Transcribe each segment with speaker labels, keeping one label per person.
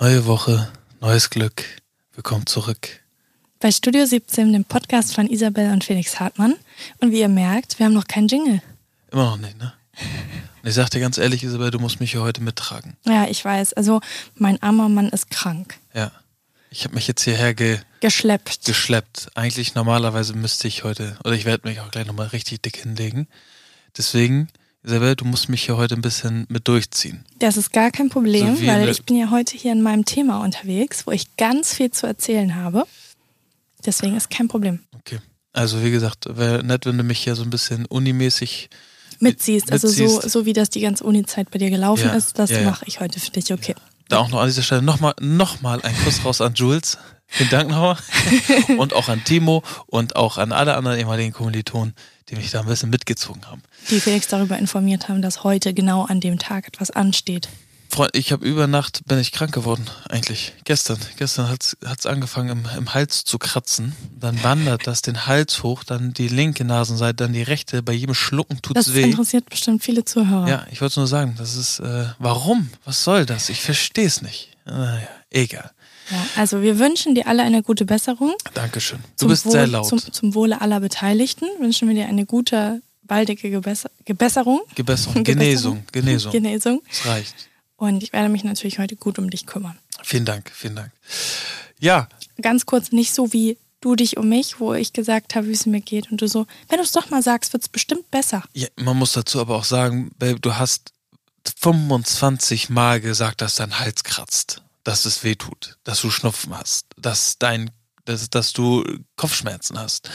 Speaker 1: Neue Woche, neues Glück. Willkommen zurück.
Speaker 2: bei Studio 17, dem Podcast von Isabel und Felix Hartmann. Und wie ihr merkt, wir haben noch keinen Jingle.
Speaker 1: Immer noch nicht, ne? Und ich sag dir ganz ehrlich, Isabel, du musst mich hier heute mittragen.
Speaker 2: Ja, ich weiß. Also, mein armer Mann ist krank.
Speaker 1: Ja. Ich habe mich jetzt hierher ge
Speaker 2: Geschleppt.
Speaker 1: geschleppt. Eigentlich normalerweise müsste ich heute, oder ich werde mich auch gleich nochmal richtig dick hinlegen. Deswegen, Isabel, du musst mich hier heute ein bisschen mit durchziehen.
Speaker 2: Das ist gar kein Problem,
Speaker 1: So Also wie
Speaker 2: weil
Speaker 1: eine-
Speaker 2: ich bin ja heute hier in meinem Thema unterwegs, wo ich ganz viel zu erzählen habe. Deswegen ist kein Problem.
Speaker 1: Okay. Also wie gesagt, wäre nett, wenn du mich hier so ein bisschen unimäßig
Speaker 2: Mitziehst, also so,
Speaker 1: Mitziehst.
Speaker 2: so wie das die ganze Uni-Zeit bei dir gelaufen
Speaker 1: Ja,
Speaker 2: ist, das
Speaker 1: ja, ja.
Speaker 2: mache ich heute für dich. Okay.
Speaker 1: Da auch noch an dieser Stelle nochmal noch mal ein Kuss raus an Jules. Vielen Dank nochmal. Und auch an Timo und auch an alle anderen ehemaligen Kommilitonen, die mich da ein bisschen mitgezogen haben.
Speaker 2: Die Felix darüber informiert haben, dass heute genau an dem Tag etwas ansteht.
Speaker 1: Freund, ich habe über Nacht bin ich krank geworden, eigentlich. Gestern. Gestern hat's hat's angefangen, im, im Hals zu kratzen. Dann wandert das den Hals hoch, dann die linke Nasenseite, dann die rechte. Bei jedem Schlucken tut's
Speaker 2: Das
Speaker 1: weh.
Speaker 2: interessiert bestimmt viele Zuhörer.
Speaker 1: Ja, ich wollte nur sagen, das ist, äh, warum? Was soll das? Ich verstehe es nicht. Naja, egal.
Speaker 2: Ja, also wir wünschen dir alle eine gute Besserung.
Speaker 1: Dankeschön. Du
Speaker 2: Zum
Speaker 1: bist
Speaker 2: Wohl-
Speaker 1: sehr laut.
Speaker 2: Zum, zum Wohle aller Beteiligten wünschen wir dir eine gute, baldige Gebesser Gebesserung.
Speaker 1: Gebesserung, Genesung, Genesung.
Speaker 2: Genesung.
Speaker 1: Es reicht.
Speaker 2: Und ich werde mich natürlich heute gut um dich kümmern.
Speaker 1: Vielen Dank, vielen Dank. Ja,
Speaker 2: Ganz kurz, nicht so wie du dich um mich, wo ich gesagt habe, wie es mir geht. Und du so, wenn du es doch mal sagst, wird es bestimmt besser.
Speaker 1: ja, man muss dazu aber auch sagen, Babe, du hast 25 Mal gesagt, dass dein Hals kratzt, dass es weh tut, dass du Schnupfen hast, dass dein, dass, dass du Kopfschmerzen hast,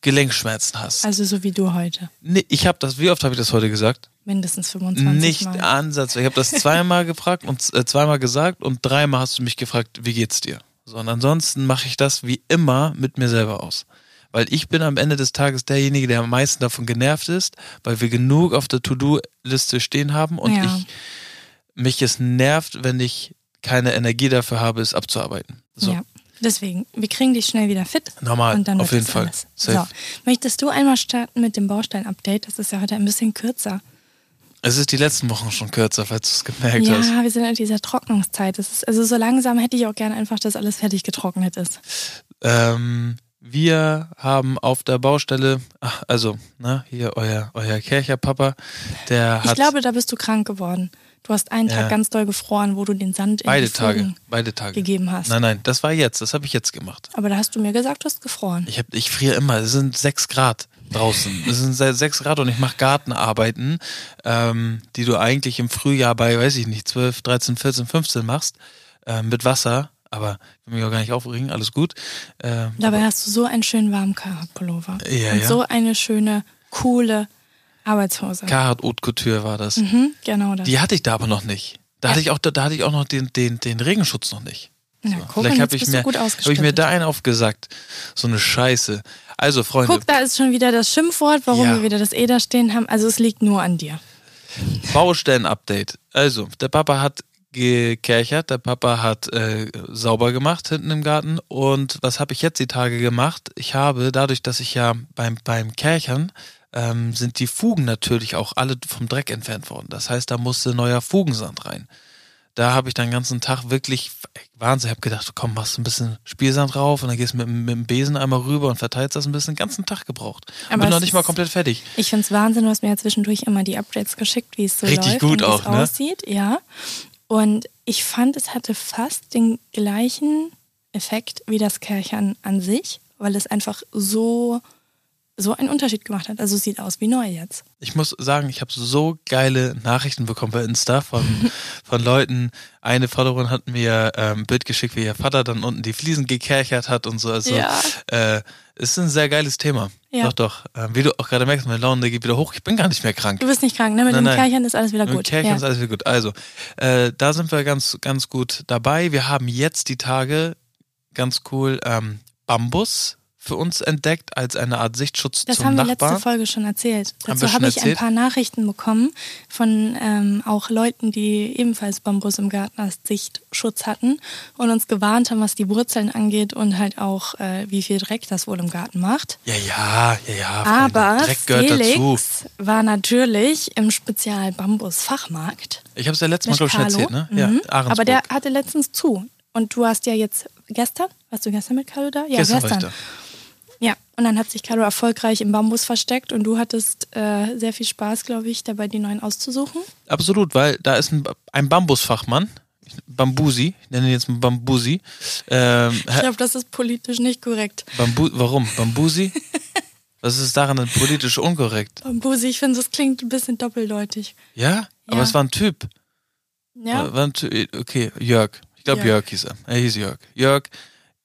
Speaker 1: Gelenkschmerzen hast.
Speaker 2: Also so wie du heute.
Speaker 1: nee, ich habe das, wie oft habe ich das heute gesagt?
Speaker 2: Mindestens 25
Speaker 1: Nicht
Speaker 2: Mal.
Speaker 1: Ansatz. Ich habe das zweimal gefragt und äh, zweimal gesagt und dreimal hast du mich gefragt, wie geht's dir? So, und ansonsten mache ich das wie immer mit mir selber aus. Weil ich bin am Ende des Tages derjenige, der am meisten davon genervt ist, weil wir genug auf der To-Do-Liste stehen haben und
Speaker 2: Ja.
Speaker 1: ich mich es nervt, wenn ich keine Energie dafür habe, es abzuarbeiten. So,
Speaker 2: Ja. Deswegen, wir kriegen dich schnell wieder fit.
Speaker 1: normal,
Speaker 2: Und dann
Speaker 1: also. auf
Speaker 2: wird
Speaker 1: jeden
Speaker 2: das
Speaker 1: Fall.
Speaker 2: Alles.
Speaker 1: Safe.
Speaker 2: So, möchtest du einmal starten mit dem Baustein-Update? Das ist ja heute ein bisschen kürzer.
Speaker 1: Es ist die letzten Wochen schon kürzer, falls du es gemerkt hast.
Speaker 2: Ja, wir sind in dieser Trocknungszeit. Das ist, also so langsam hätte ich auch gerne einfach, dass alles fertig getrocknet ist.
Speaker 1: Ähm, wir haben auf der Baustelle, ach, also, ne, hier euer, euer Kercherpapa, der
Speaker 2: Ich
Speaker 1: hat
Speaker 2: glaube, da bist du krank geworden. Du hast einen
Speaker 1: Ja.
Speaker 2: Tag ganz doll gefroren, wo du den Sand in
Speaker 1: beide
Speaker 2: die Fugen-
Speaker 1: Tage, beide Tage.
Speaker 2: gegeben hast.
Speaker 1: Nein, nein, das war jetzt, das habe ich jetzt gemacht.
Speaker 2: Aber da hast du mir gesagt, du hast gefroren.
Speaker 1: Ich, hab, ich friere immer, es sind sechs Grad draußen. Es sind se- sechs Grad und ich mache Gartenarbeiten, ähm, die du eigentlich im Frühjahr bei, weiß ich nicht, 12, 13, 14, 15 machst, ähm, mit Wasser. Aber ich will mich auch gar nicht aufregen, alles gut. Ähm,
Speaker 2: Dabei hast du so einen schönen warmen Pullover.
Speaker 1: Ja,
Speaker 2: und
Speaker 1: ja.
Speaker 2: so eine schöne, coole Arbeitshose.
Speaker 1: Carhartt Haute Couture war das.
Speaker 2: Mhm, genau das.
Speaker 1: Die hatte ich da aber noch nicht. Da hatte ich auch, da, da hatte ich auch noch den, den, den Regenschutz noch nicht.
Speaker 2: Na, guck, und
Speaker 1: Vielleicht
Speaker 2: jetzt
Speaker 1: habe ich,
Speaker 2: bist du
Speaker 1: mir-
Speaker 2: gut
Speaker 1: hab ich
Speaker 2: ausgestattet.
Speaker 1: mir da einen aufgesagt. So eine Scheiße. Also, Freunde,
Speaker 2: Guck, da ist schon wieder das Schimpfwort, warum
Speaker 1: Ja.
Speaker 2: wir wieder das E da stehen haben. Also es liegt nur an dir.
Speaker 1: Baustellen-Update. Also, der Papa hat gekerchert, der Papa hat äh, sauber gemacht hinten im Garten. Und was habe ich jetzt die Tage gemacht? Ich habe, dadurch, dass ich ja beim, beim Kerchern ähm, sind die Fugen natürlich auch alle vom Dreck entfernt worden. Das heißt, da musste neuer Fugensand rein. Da habe ich den ganzen Tag wirklich ey, Wahnsinn. Ich habe gedacht, komm, machst ein bisschen Spielsand drauf und dann gehst mit, dem- mit dem Besen einmal rüber und verteilst das ein bisschen. Den ganzen Tag gebraucht. Und
Speaker 2: Aber
Speaker 1: bin noch
Speaker 2: es
Speaker 1: nicht mal
Speaker 2: ist-
Speaker 1: komplett fertig.
Speaker 2: Ich find's Wahnsinn, du hast mir ja zwischendurch immer die Updates geschickt, wie es so
Speaker 1: Richtig
Speaker 2: läuft
Speaker 1: gut
Speaker 2: und wie
Speaker 1: auch,
Speaker 2: es
Speaker 1: ne?
Speaker 2: aussieht, ja. Und ich fand, es hatte fast den gleichen Effekt wie das Kerchern an sich, weil es einfach so so einen Unterschied gemacht hat. Also es sieht aus wie neu jetzt.
Speaker 1: ich muss sagen, ich habe so geile Nachrichten bekommen bei Insta von, von Leuten. Eine Followerin hat mir ähm, ein Bild geschickt, wie ihr Vater dann unten die Fliesen gekerchert hat und so. Also,
Speaker 2: Ja.
Speaker 1: äh, ist ein sehr geiles Thema.
Speaker 2: Ja.
Speaker 1: Doch, doch. Ähm, wie du auch gerade merkst, meine Laune geht wieder hoch. Ich bin gar nicht mehr krank.
Speaker 2: Du bist nicht krank, ne? Mit
Speaker 1: Nein,
Speaker 2: dem
Speaker 1: nein.
Speaker 2: Kerchern ist alles wieder
Speaker 1: Mit dem
Speaker 2: gut.
Speaker 1: Kerchern
Speaker 2: ja.
Speaker 1: ist alles wieder gut. Also, äh, da sind wir ganz, ganz gut dabei. Wir haben jetzt die Tage, ganz cool, ähm, Bambus für uns entdeckt als eine Art Sichtschutz
Speaker 2: Das
Speaker 1: zum
Speaker 2: haben wir
Speaker 1: Nachbarn.
Speaker 2: letzte Folge schon erzählt.
Speaker 1: Haben wir
Speaker 2: Dazu
Speaker 1: schon
Speaker 2: habe ich
Speaker 1: erzählt?
Speaker 2: ein paar Nachrichten bekommen von ähm, auch Leuten, die ebenfalls Bambus im Garten als Sichtschutz hatten und uns gewarnt haben, was die Wurzeln angeht und halt auch, äh, wie viel Dreck das wohl im Garten macht.
Speaker 1: ja, ja, ja, ja. Freunde,
Speaker 2: Aber
Speaker 1: Dreck gehört dazu.
Speaker 2: Felix war natürlich im Spezial Bambus Fachmarkt.
Speaker 1: Ich habe es ja letztes Mal, glaube ich, schon erzählt, ne? Ja,
Speaker 2: Mhm.
Speaker 1: Ahrensburg.
Speaker 2: Aber der hatte letztens zu. Und du hast ja jetzt gestern, warst du gestern mit Carlo da? Ja,
Speaker 1: gestern,
Speaker 2: gestern.
Speaker 1: war ich da.
Speaker 2: Ja, und dann hat sich Carlo erfolgreich im Bambus versteckt und du hattest äh, sehr viel Spaß, glaube ich, dabei die neuen auszusuchen.
Speaker 1: Absolut, weil da ist ein, ein Bambusfachmann, Bambusi, ich nenne ihn jetzt mal Bambusi. Ähm,
Speaker 2: Ich glaube, das ist politisch nicht korrekt.
Speaker 1: Bambu warum? Bambusi? Was ist daran denn politisch unkorrekt?
Speaker 2: Bambusi, ich finde, das klingt ein bisschen doppeldeutig.
Speaker 1: Ja? Aber
Speaker 2: Ja.
Speaker 1: es war ein Typ.
Speaker 2: Ja,
Speaker 1: War, war ein Ty okay, Jörg. Ich glaube, Jörg.
Speaker 2: Jörg.
Speaker 1: hieß er. Er hieß Jörg. Jörg,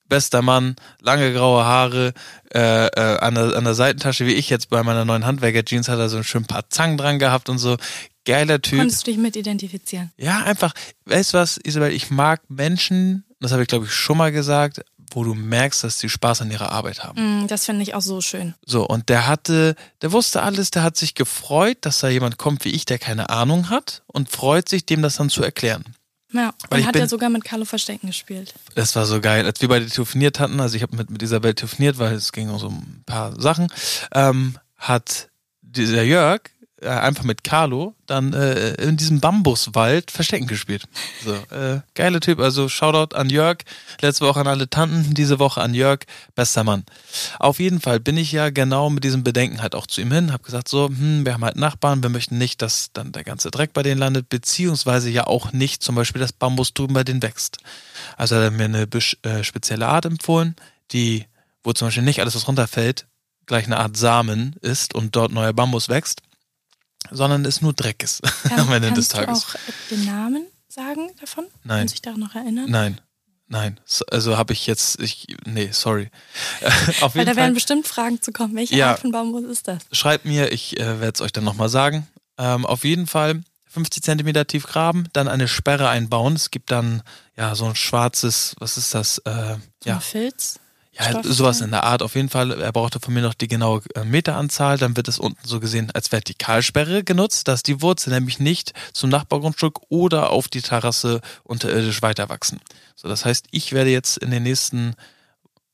Speaker 1: bester Mann, lange graue Haare, äh, äh, an, der, an der Seitentasche, wie ich jetzt bei meiner neuen Handwerker-Jeans, hat er so ein schön paar Zangen dran gehabt und so. Geiler Typ.
Speaker 2: konntest du dich mit identifizieren.
Speaker 1: Ja, einfach, weißt du was, Isabel, ich mag Menschen, das habe ich glaube ich schon mal gesagt, wo du merkst, dass die Spaß an ihrer Arbeit haben.
Speaker 2: Mm, das finde ich auch so schön.
Speaker 1: So, und der hatte, der wusste alles, der hat sich gefreut, dass da jemand kommt wie ich, der keine Ahnung hat und freut sich, dem das dann zu erklären.
Speaker 2: Ja,
Speaker 1: Weil ich
Speaker 2: und hat
Speaker 1: bin-
Speaker 2: ja sogar mit Carlo Verstecken gespielt.
Speaker 1: Das war so geil, als wir beide telefoniert hatten, also ich habe mit, mit Isabel telefoniert, weil es ging um so ein paar Sachen, ähm, hat dieser Jörg äh, einfach mit Carlo dann äh, in diesem Bambuswald Verstecken gespielt. So, äh, geiler Typ, also Shoutout an Jörg, letzte Woche an alle Tanten, diese Woche an Jörg, bester Mann. Auf jeden Fall bin ich ja genau mit diesem Bedenken halt auch zu ihm hin, habe gesagt so, hm, wir haben halt Nachbarn, wir möchten nicht, dass dann der ganze Dreck bei denen landet, beziehungsweise ja auch nicht zum Beispiel das Bambusdrüben bei denen wächst. Also hat er mir eine besch- äh, spezielle Art empfohlen, die, wo zum Beispiel nicht alles, was runterfällt, gleich eine Art Samen ist und dort neuer Bambus wächst, sondern es nur Dreck ist am Ende des
Speaker 2: kannst
Speaker 1: Tages.
Speaker 2: du auch äh, den Namen sagen davon?
Speaker 1: Nein.
Speaker 2: Kannst du dich daran noch erinnern?
Speaker 1: Nein, nein. So, also habe ich jetzt, ich, nee, sorry. Auf
Speaker 2: Weil
Speaker 1: jeden
Speaker 2: da werden
Speaker 1: Fall,
Speaker 2: bestimmt Fragen zu kommen. Welche
Speaker 1: Ja.
Speaker 2: Art von Bambus ist das?
Speaker 1: schreibt mir, ich äh, werde es euch dann nochmal sagen. Ähm, auf jeden Fall 50 Zentimeter tief graben, dann eine Sperre einbauen. Es gibt dann ja so ein schwarzes, was ist das? Äh,
Speaker 2: So
Speaker 1: ja,
Speaker 2: ein Filz?
Speaker 1: Ja, halt
Speaker 2: Stoff,
Speaker 1: sowas
Speaker 2: ja.
Speaker 1: in der Art. Auf jeden Fall, er brauchte von mir noch die genaue äh, Meteranzahl. Dann wird es unten so gesehen als Vertikalsperre genutzt, dass die Wurzeln nämlich nicht zum Nachbargrundstück oder auf die Terrasse unterirdisch weiterwachsen. So, das heißt, ich werde jetzt in den nächsten,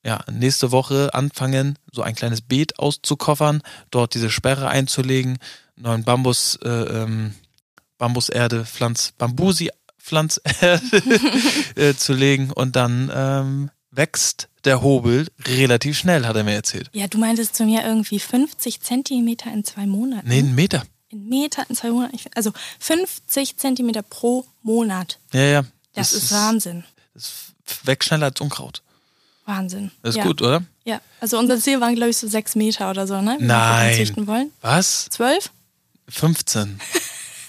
Speaker 1: ja, nächste Woche anfangen, so ein kleines Beet auszukoffern, dort diese Sperre einzulegen, neuen Bambus, äh, ähm, Bambuserde, Pflanz, Bambusi, Pflanzerde äh, zu legen und dann ähm, wächst der Hobel relativ schnell, hat er mir erzählt.
Speaker 2: Ja, du meintest zu mir irgendwie 50 Zentimeter in zwei Monaten.
Speaker 1: Nee, einen Meter.
Speaker 2: In Meter, in zwei Monaten. Ich find- Also 50 Zentimeter pro Monat.
Speaker 1: Ja, ja.
Speaker 2: Das, ist Wahnsinn.
Speaker 1: Das wächst schneller als Unkraut.
Speaker 2: Wahnsinn.
Speaker 1: Das ist
Speaker 2: ja.
Speaker 1: gut, oder?
Speaker 2: Ja. Also unser Ziel waren, glaube ich, so sechs Meter oder so, ne? Wenn wir
Speaker 1: Nein.
Speaker 2: Züchten wollen.
Speaker 1: Was?
Speaker 2: Zwölf?
Speaker 1: 15.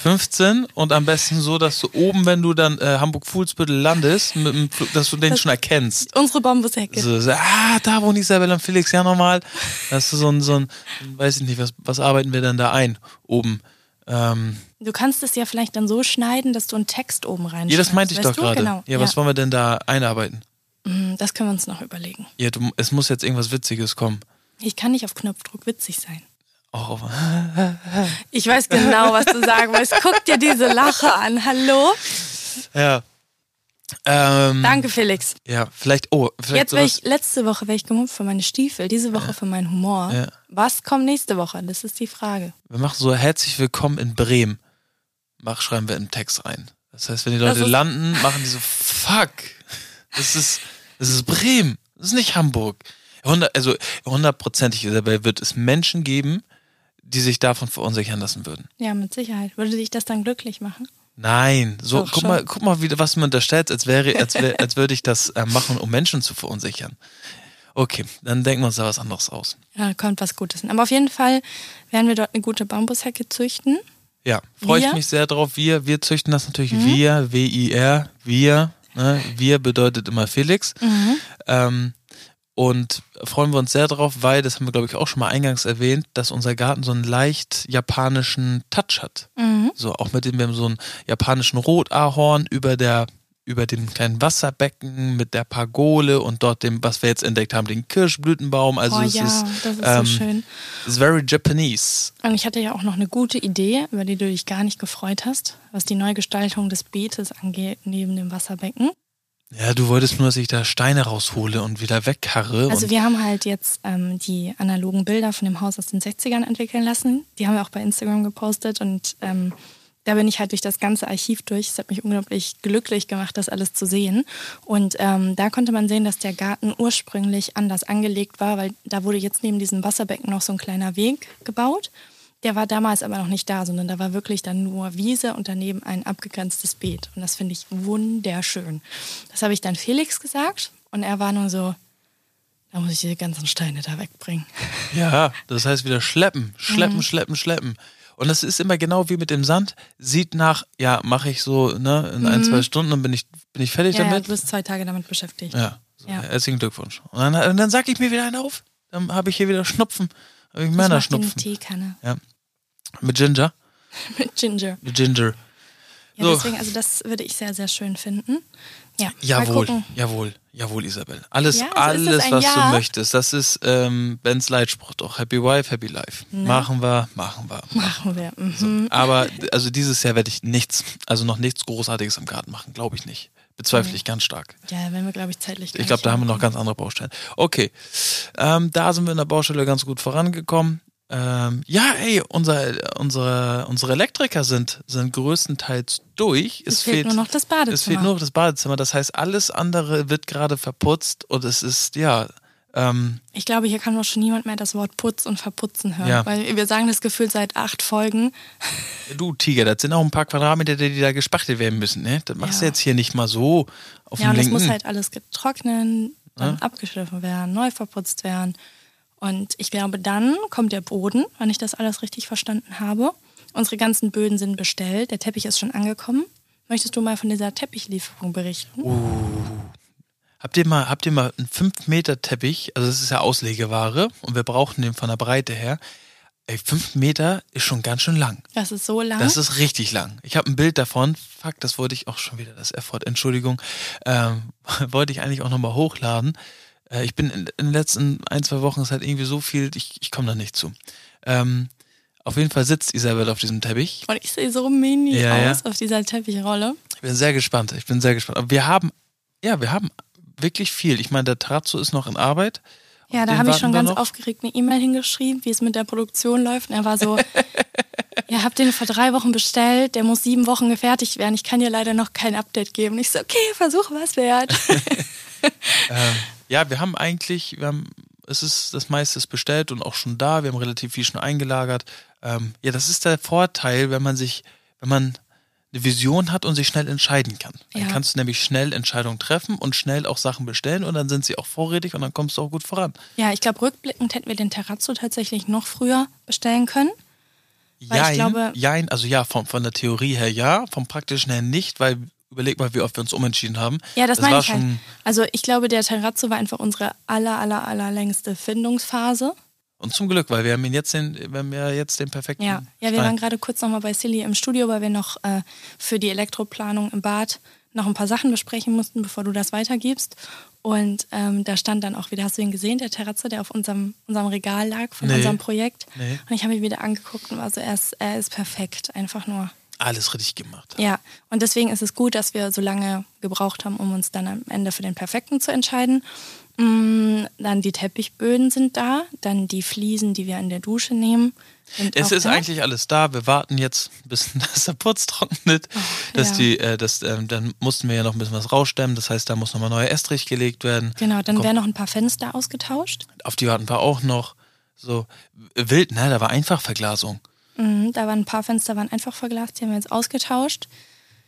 Speaker 1: 15 und am besten so, dass du oben, wenn du dann äh, Hamburg-Fuhlsbüttel landest, mit, dem Flug- dass du den schon erkennst.
Speaker 2: Unsere Bambushecke.
Speaker 1: So, so, ah, da wohnt Isabel und Felix, ja nochmal. Das ist so ein, so ein, weiß ich nicht, was, was arbeiten wir denn da ein oben? Ähm,
Speaker 2: Du kannst es ja vielleicht dann so schneiden, dass du einen Text oben reinschreibst.
Speaker 1: ja, das meinte ich
Speaker 2: weißt
Speaker 1: doch
Speaker 2: du?
Speaker 1: gerade.
Speaker 2: Genau.
Speaker 1: ja, was wollen wir denn da einarbeiten?
Speaker 2: Hm, Das können wir uns noch überlegen.
Speaker 1: Ja, du, es muss jetzt irgendwas Witziges kommen.
Speaker 2: Ich kann nicht auf Knopfdruck witzig sein.
Speaker 1: Auch auf,
Speaker 2: Ich weiß genau, was du sagen willst. Guck dir diese Lache an. Hallo?
Speaker 1: ja. Ähm,
Speaker 2: Danke, Felix.
Speaker 1: Ja, vielleicht, oh, vielleicht
Speaker 2: Jetzt wäre
Speaker 1: sowas.
Speaker 2: ich, letzte Woche wäre ich gemobbt für meine Stiefel, diese Woche für meinen Humor.
Speaker 1: Ja.
Speaker 2: Was kommt nächste Woche? Das ist die Frage.
Speaker 1: Wir machen so herzlich willkommen in Bremen. Mach, schreiben wir im Text rein. Das heißt, wenn die
Speaker 2: Das
Speaker 1: Leute
Speaker 2: ist-
Speaker 1: landen, machen die so, fuck, das ist, das ist Bremen, das ist nicht Hamburg. 100, also hundertprozentig dabei wird es Menschen geben, die sich davon verunsichern lassen würden.
Speaker 2: Ja, mit Sicherheit. Würde dich das dann glücklich machen?
Speaker 1: Nein, so
Speaker 2: Doch,
Speaker 1: guck
Speaker 2: schon.
Speaker 1: mal, guck mal, wieder, was du mir unterstellst, als wäre, als, wär, als würde ich das äh, machen, um Menschen zu verunsichern. Okay, dann denken wir uns da was anderes aus.
Speaker 2: Ja, kommt was Gutes. hin. Aber auf jeden Fall werden wir dort eine gute Bambushecke züchten.
Speaker 1: Ja, freue ich
Speaker 2: Wir? Mhm.
Speaker 1: mich sehr drauf. Wir, wir züchten das natürlich. Wir, W-I-R, wir. Ne? Wir bedeutet immer Felix.
Speaker 2: Mhm.
Speaker 1: Ähm, und freuen wir uns sehr drauf, weil, das haben wir, glaube ich, auch schon mal eingangs erwähnt, dass unser Garten so einen leicht
Speaker 2: Mhm.
Speaker 1: japanischen Touch hat. So, auch mit dem, wir haben so einen japanischen Rotahorn über der über dem kleinen Wasserbecken mit der Pagole und dort dem, was wir jetzt entdeckt haben, den Kirschblütenbaum. Also
Speaker 2: oh
Speaker 1: es
Speaker 2: ja,
Speaker 1: ist,
Speaker 2: das ist
Speaker 1: ähm,
Speaker 2: so schön.
Speaker 1: it's very Japanese.
Speaker 2: Und ich hatte ja auch noch eine gute Idee, über die du dich gar nicht gefreut hast, was die Neugestaltung des Beetes angeht, neben dem Wasserbecken.
Speaker 1: Ja, du wolltest nur, dass ich da Steine raushole und wieder wegkarre.
Speaker 2: Also
Speaker 1: und
Speaker 2: wir haben halt jetzt ähm, die analogen Bilder von dem Haus aus den 60ern entwickeln lassen. Die haben wir auch bei Instagram gepostet und ähm, da bin ich halt durch das ganze Archiv durch. Es hat mich unglaublich glücklich gemacht, das alles zu sehen. Und ähm, da konnte man sehen, dass der Garten ursprünglich anders angelegt war, weil da wurde jetzt neben diesem Wasserbecken noch so ein kleiner Weg gebaut. Der war damals aber noch nicht da, sondern da war wirklich dann nur Wiese und daneben ein abgegrenztes Beet. Und das finde ich wunderschön. Das habe ich dann Felix gesagt und er war nur so, da muss ich diese ganzen Steine da wegbringen.
Speaker 1: Ja, das heißt wieder schleppen, schleppen,
Speaker 2: Mhm.
Speaker 1: schleppen, schleppen. Und das ist immer genau wie mit dem Sand. Sieht nach, ja, mache ich so, ne, in ein, zwei Stunden, dann bin ich, bin ich fertig
Speaker 2: Mhm. Ja, ja, du
Speaker 1: damit.
Speaker 2: bist zwei Tage damit beschäftigt.
Speaker 1: Ja, so,
Speaker 2: Ja.
Speaker 1: herzlichen Glückwunsch. Und dann, und dann sag ich mir wieder einen auf. Dann habe ich hier wieder Schnupfen. Habe ich
Speaker 2: ich
Speaker 1: Männer
Speaker 2: mach dir eine
Speaker 1: Schnupfen.
Speaker 2: Teekanne
Speaker 1: Mit Ginger.
Speaker 2: mit Ginger.
Speaker 1: Mit Ginger.
Speaker 2: Ja,
Speaker 1: So.
Speaker 2: deswegen, also das würde ich sehr, sehr schön finden. Ja, mal
Speaker 1: Jawohl,
Speaker 2: gucken.
Speaker 1: jawohl, jawohl, Isabel. Alles,
Speaker 2: Ja, so ist
Speaker 1: alles,
Speaker 2: es ein
Speaker 1: was
Speaker 2: Ja.
Speaker 1: du möchtest. Das ist ähm, Bens Leitspruch doch. Happy Wife, Happy Life.
Speaker 2: Ne.
Speaker 1: Machen wir, machen wir.
Speaker 2: Machen wir. Mhm.
Speaker 1: Aber also dieses Jahr werde ich nichts, also noch nichts Großartiges im Garten machen, glaube ich nicht. Bezweifle ich ganz stark.
Speaker 2: Ja, wenn wir, glaube Mhm. ich, zeitlich gar
Speaker 1: Ich glaube,
Speaker 2: nicht
Speaker 1: da haben wir noch ganz andere Baustellen. Okay, ähm, da sind wir in der Baustelle ganz gut vorangekommen. Ähm, ja, ey, unser, unsere, unsere Elektriker sind, sind größtenteils durch.
Speaker 2: Es fehlt nur noch das Badezimmer.
Speaker 1: Es fehlt nur noch das Badezimmer. Das heißt, alles andere wird gerade verputzt und es ist, ja, ähm,
Speaker 2: Ich glaube, hier kann doch schon niemand mehr das Wort Putz und Verputzen hören.
Speaker 1: Ja.
Speaker 2: Weil wir sagen das Gefühl seit acht Folgen.
Speaker 1: du Tiger, das sind auch ein paar Quadratmeter, die da gespachtelt werden müssen. Ne? Das machst du
Speaker 2: Ja.
Speaker 1: jetzt hier nicht mal so auf
Speaker 2: Ja,
Speaker 1: dem
Speaker 2: und es
Speaker 1: linken.
Speaker 2: muss halt alles getrocknet, dann abgeschliffen werden, neu verputzt werden. Und ich glaube, dann kommt der Boden, wenn ich das alles richtig verstanden habe. Unsere ganzen Böden sind bestellt, der Teppich ist schon angekommen. Möchtest du mal von dieser Teppichlieferung berichten?
Speaker 1: Oh. Habt ihr mal, habt ihr mal einen 5 Meter Teppich, also das ist ja Auslegeware und wir brauchen den von der Breite her. Ey, 5 Meter ist schon ganz schön lang.
Speaker 2: Das ist so lang.
Speaker 1: Das ist richtig lang. Ich habe ein Bild davon. Fuck, das wollte ich auch schon wieder, das Effort. Entschuldigung. Ähm, wollte ich eigentlich auch nochmal hochladen. Äh, ich bin in, in den letzten ein, zwei Wochen ist halt irgendwie so viel, ich, ich komme da nicht zu. Ähm, auf jeden Fall sitzt Isabel auf diesem Teppich.
Speaker 2: und ich sehe so mini
Speaker 1: Ja, ja.
Speaker 2: aus auf dieser Teppichrolle.
Speaker 1: Ich bin sehr gespannt. Ich bin sehr gespannt. Aber wir haben, ja, wir haben wirklich viel. Ich meine, der Trazzo ist noch in Arbeit.
Speaker 2: Ja, da
Speaker 1: Den
Speaker 2: habe ich
Speaker 1: warten
Speaker 2: schon
Speaker 1: wir
Speaker 2: ganz
Speaker 1: noch.
Speaker 2: aufgeregt eine E-Mail hingeschrieben, wie es mit der Produktion läuft. Und er war so, ja, habt den vor drei Wochen bestellt, der muss sieben Wochen gefertigt werden. Ich kann dir leider noch kein Update geben. Und ich so, okay, versuch was wert.
Speaker 1: Ähm, ja, wir haben eigentlich, wir haben, es ist das meiste ist bestellt und auch schon da. Wir haben relativ viel schon eingelagert. Ähm, ja, das ist der Vorteil, wenn man sich, wenn man eine Vision hat und sich schnell entscheiden kann. Dann
Speaker 2: Ja.
Speaker 1: kannst du nämlich schnell Entscheidungen treffen und schnell auch Sachen bestellen und dann sind sie auch vorrätig und dann kommst du auch gut voran.
Speaker 2: ja, ich glaube, rückblickend hätten wir den Terrazzo tatsächlich noch früher bestellen können. Weil
Speaker 1: Jein,
Speaker 2: ich glaube-
Speaker 1: jein, also ja, von, von der Theorie her ja, vom praktischen her nicht, weil überleg mal, wie oft wir uns umentschieden haben.
Speaker 2: Ja, das, meine
Speaker 1: war
Speaker 2: ich halt.
Speaker 1: schon
Speaker 2: Also ich glaube, der Terrazzo war einfach unsere aller, aller, allerlängste Findungsphase.
Speaker 1: und zum Glück, weil wir haben ihn jetzt den, wir haben ja jetzt den perfekten.
Speaker 2: Ja, ja wir
Speaker 1: Stein.
Speaker 2: waren gerade kurz nochmal bei Silly im Studio, weil wir noch äh, für die Elektroplanung im Bad noch ein paar Sachen besprechen mussten, bevor du das weitergibst. Und ähm, da stand dann auch wieder, hast du ihn gesehen, der Terrazzo, der auf unserem, unserem Regal lag von
Speaker 1: Nee.
Speaker 2: unserem Projekt.
Speaker 1: Nee.
Speaker 2: Und ich habe ihn wieder angeguckt und war so, er ist, er ist perfekt, einfach nur.
Speaker 1: alles richtig gemacht.
Speaker 2: Ja, und deswegen ist es gut, dass wir so lange gebraucht haben, um uns dann am Ende für den perfekten zu entscheiden. Mm, dann die Teppichböden sind da, dann die Fliesen, die wir in der Dusche nehmen. sind
Speaker 1: Es
Speaker 2: auch
Speaker 1: ist
Speaker 2: da.
Speaker 1: eigentlich alles da. Wir warten jetzt, bis dass der Putz trocknet. dass
Speaker 2: Oh, ja.
Speaker 1: die, äh, dass, ähm, dann mussten wir ja noch ein bisschen was rausstemmen. Das heißt, da muss nochmal neuer Estrich gelegt werden.
Speaker 2: Genau, dann
Speaker 1: Kommt-
Speaker 2: wären noch ein paar Fenster ausgetauscht.
Speaker 1: Auf die warten wir auch noch. So wild, ne? Da war einfach Verglasung.
Speaker 2: Mhm, da waren ein paar Fenster waren einfach verglast, die haben wir jetzt ausgetauscht.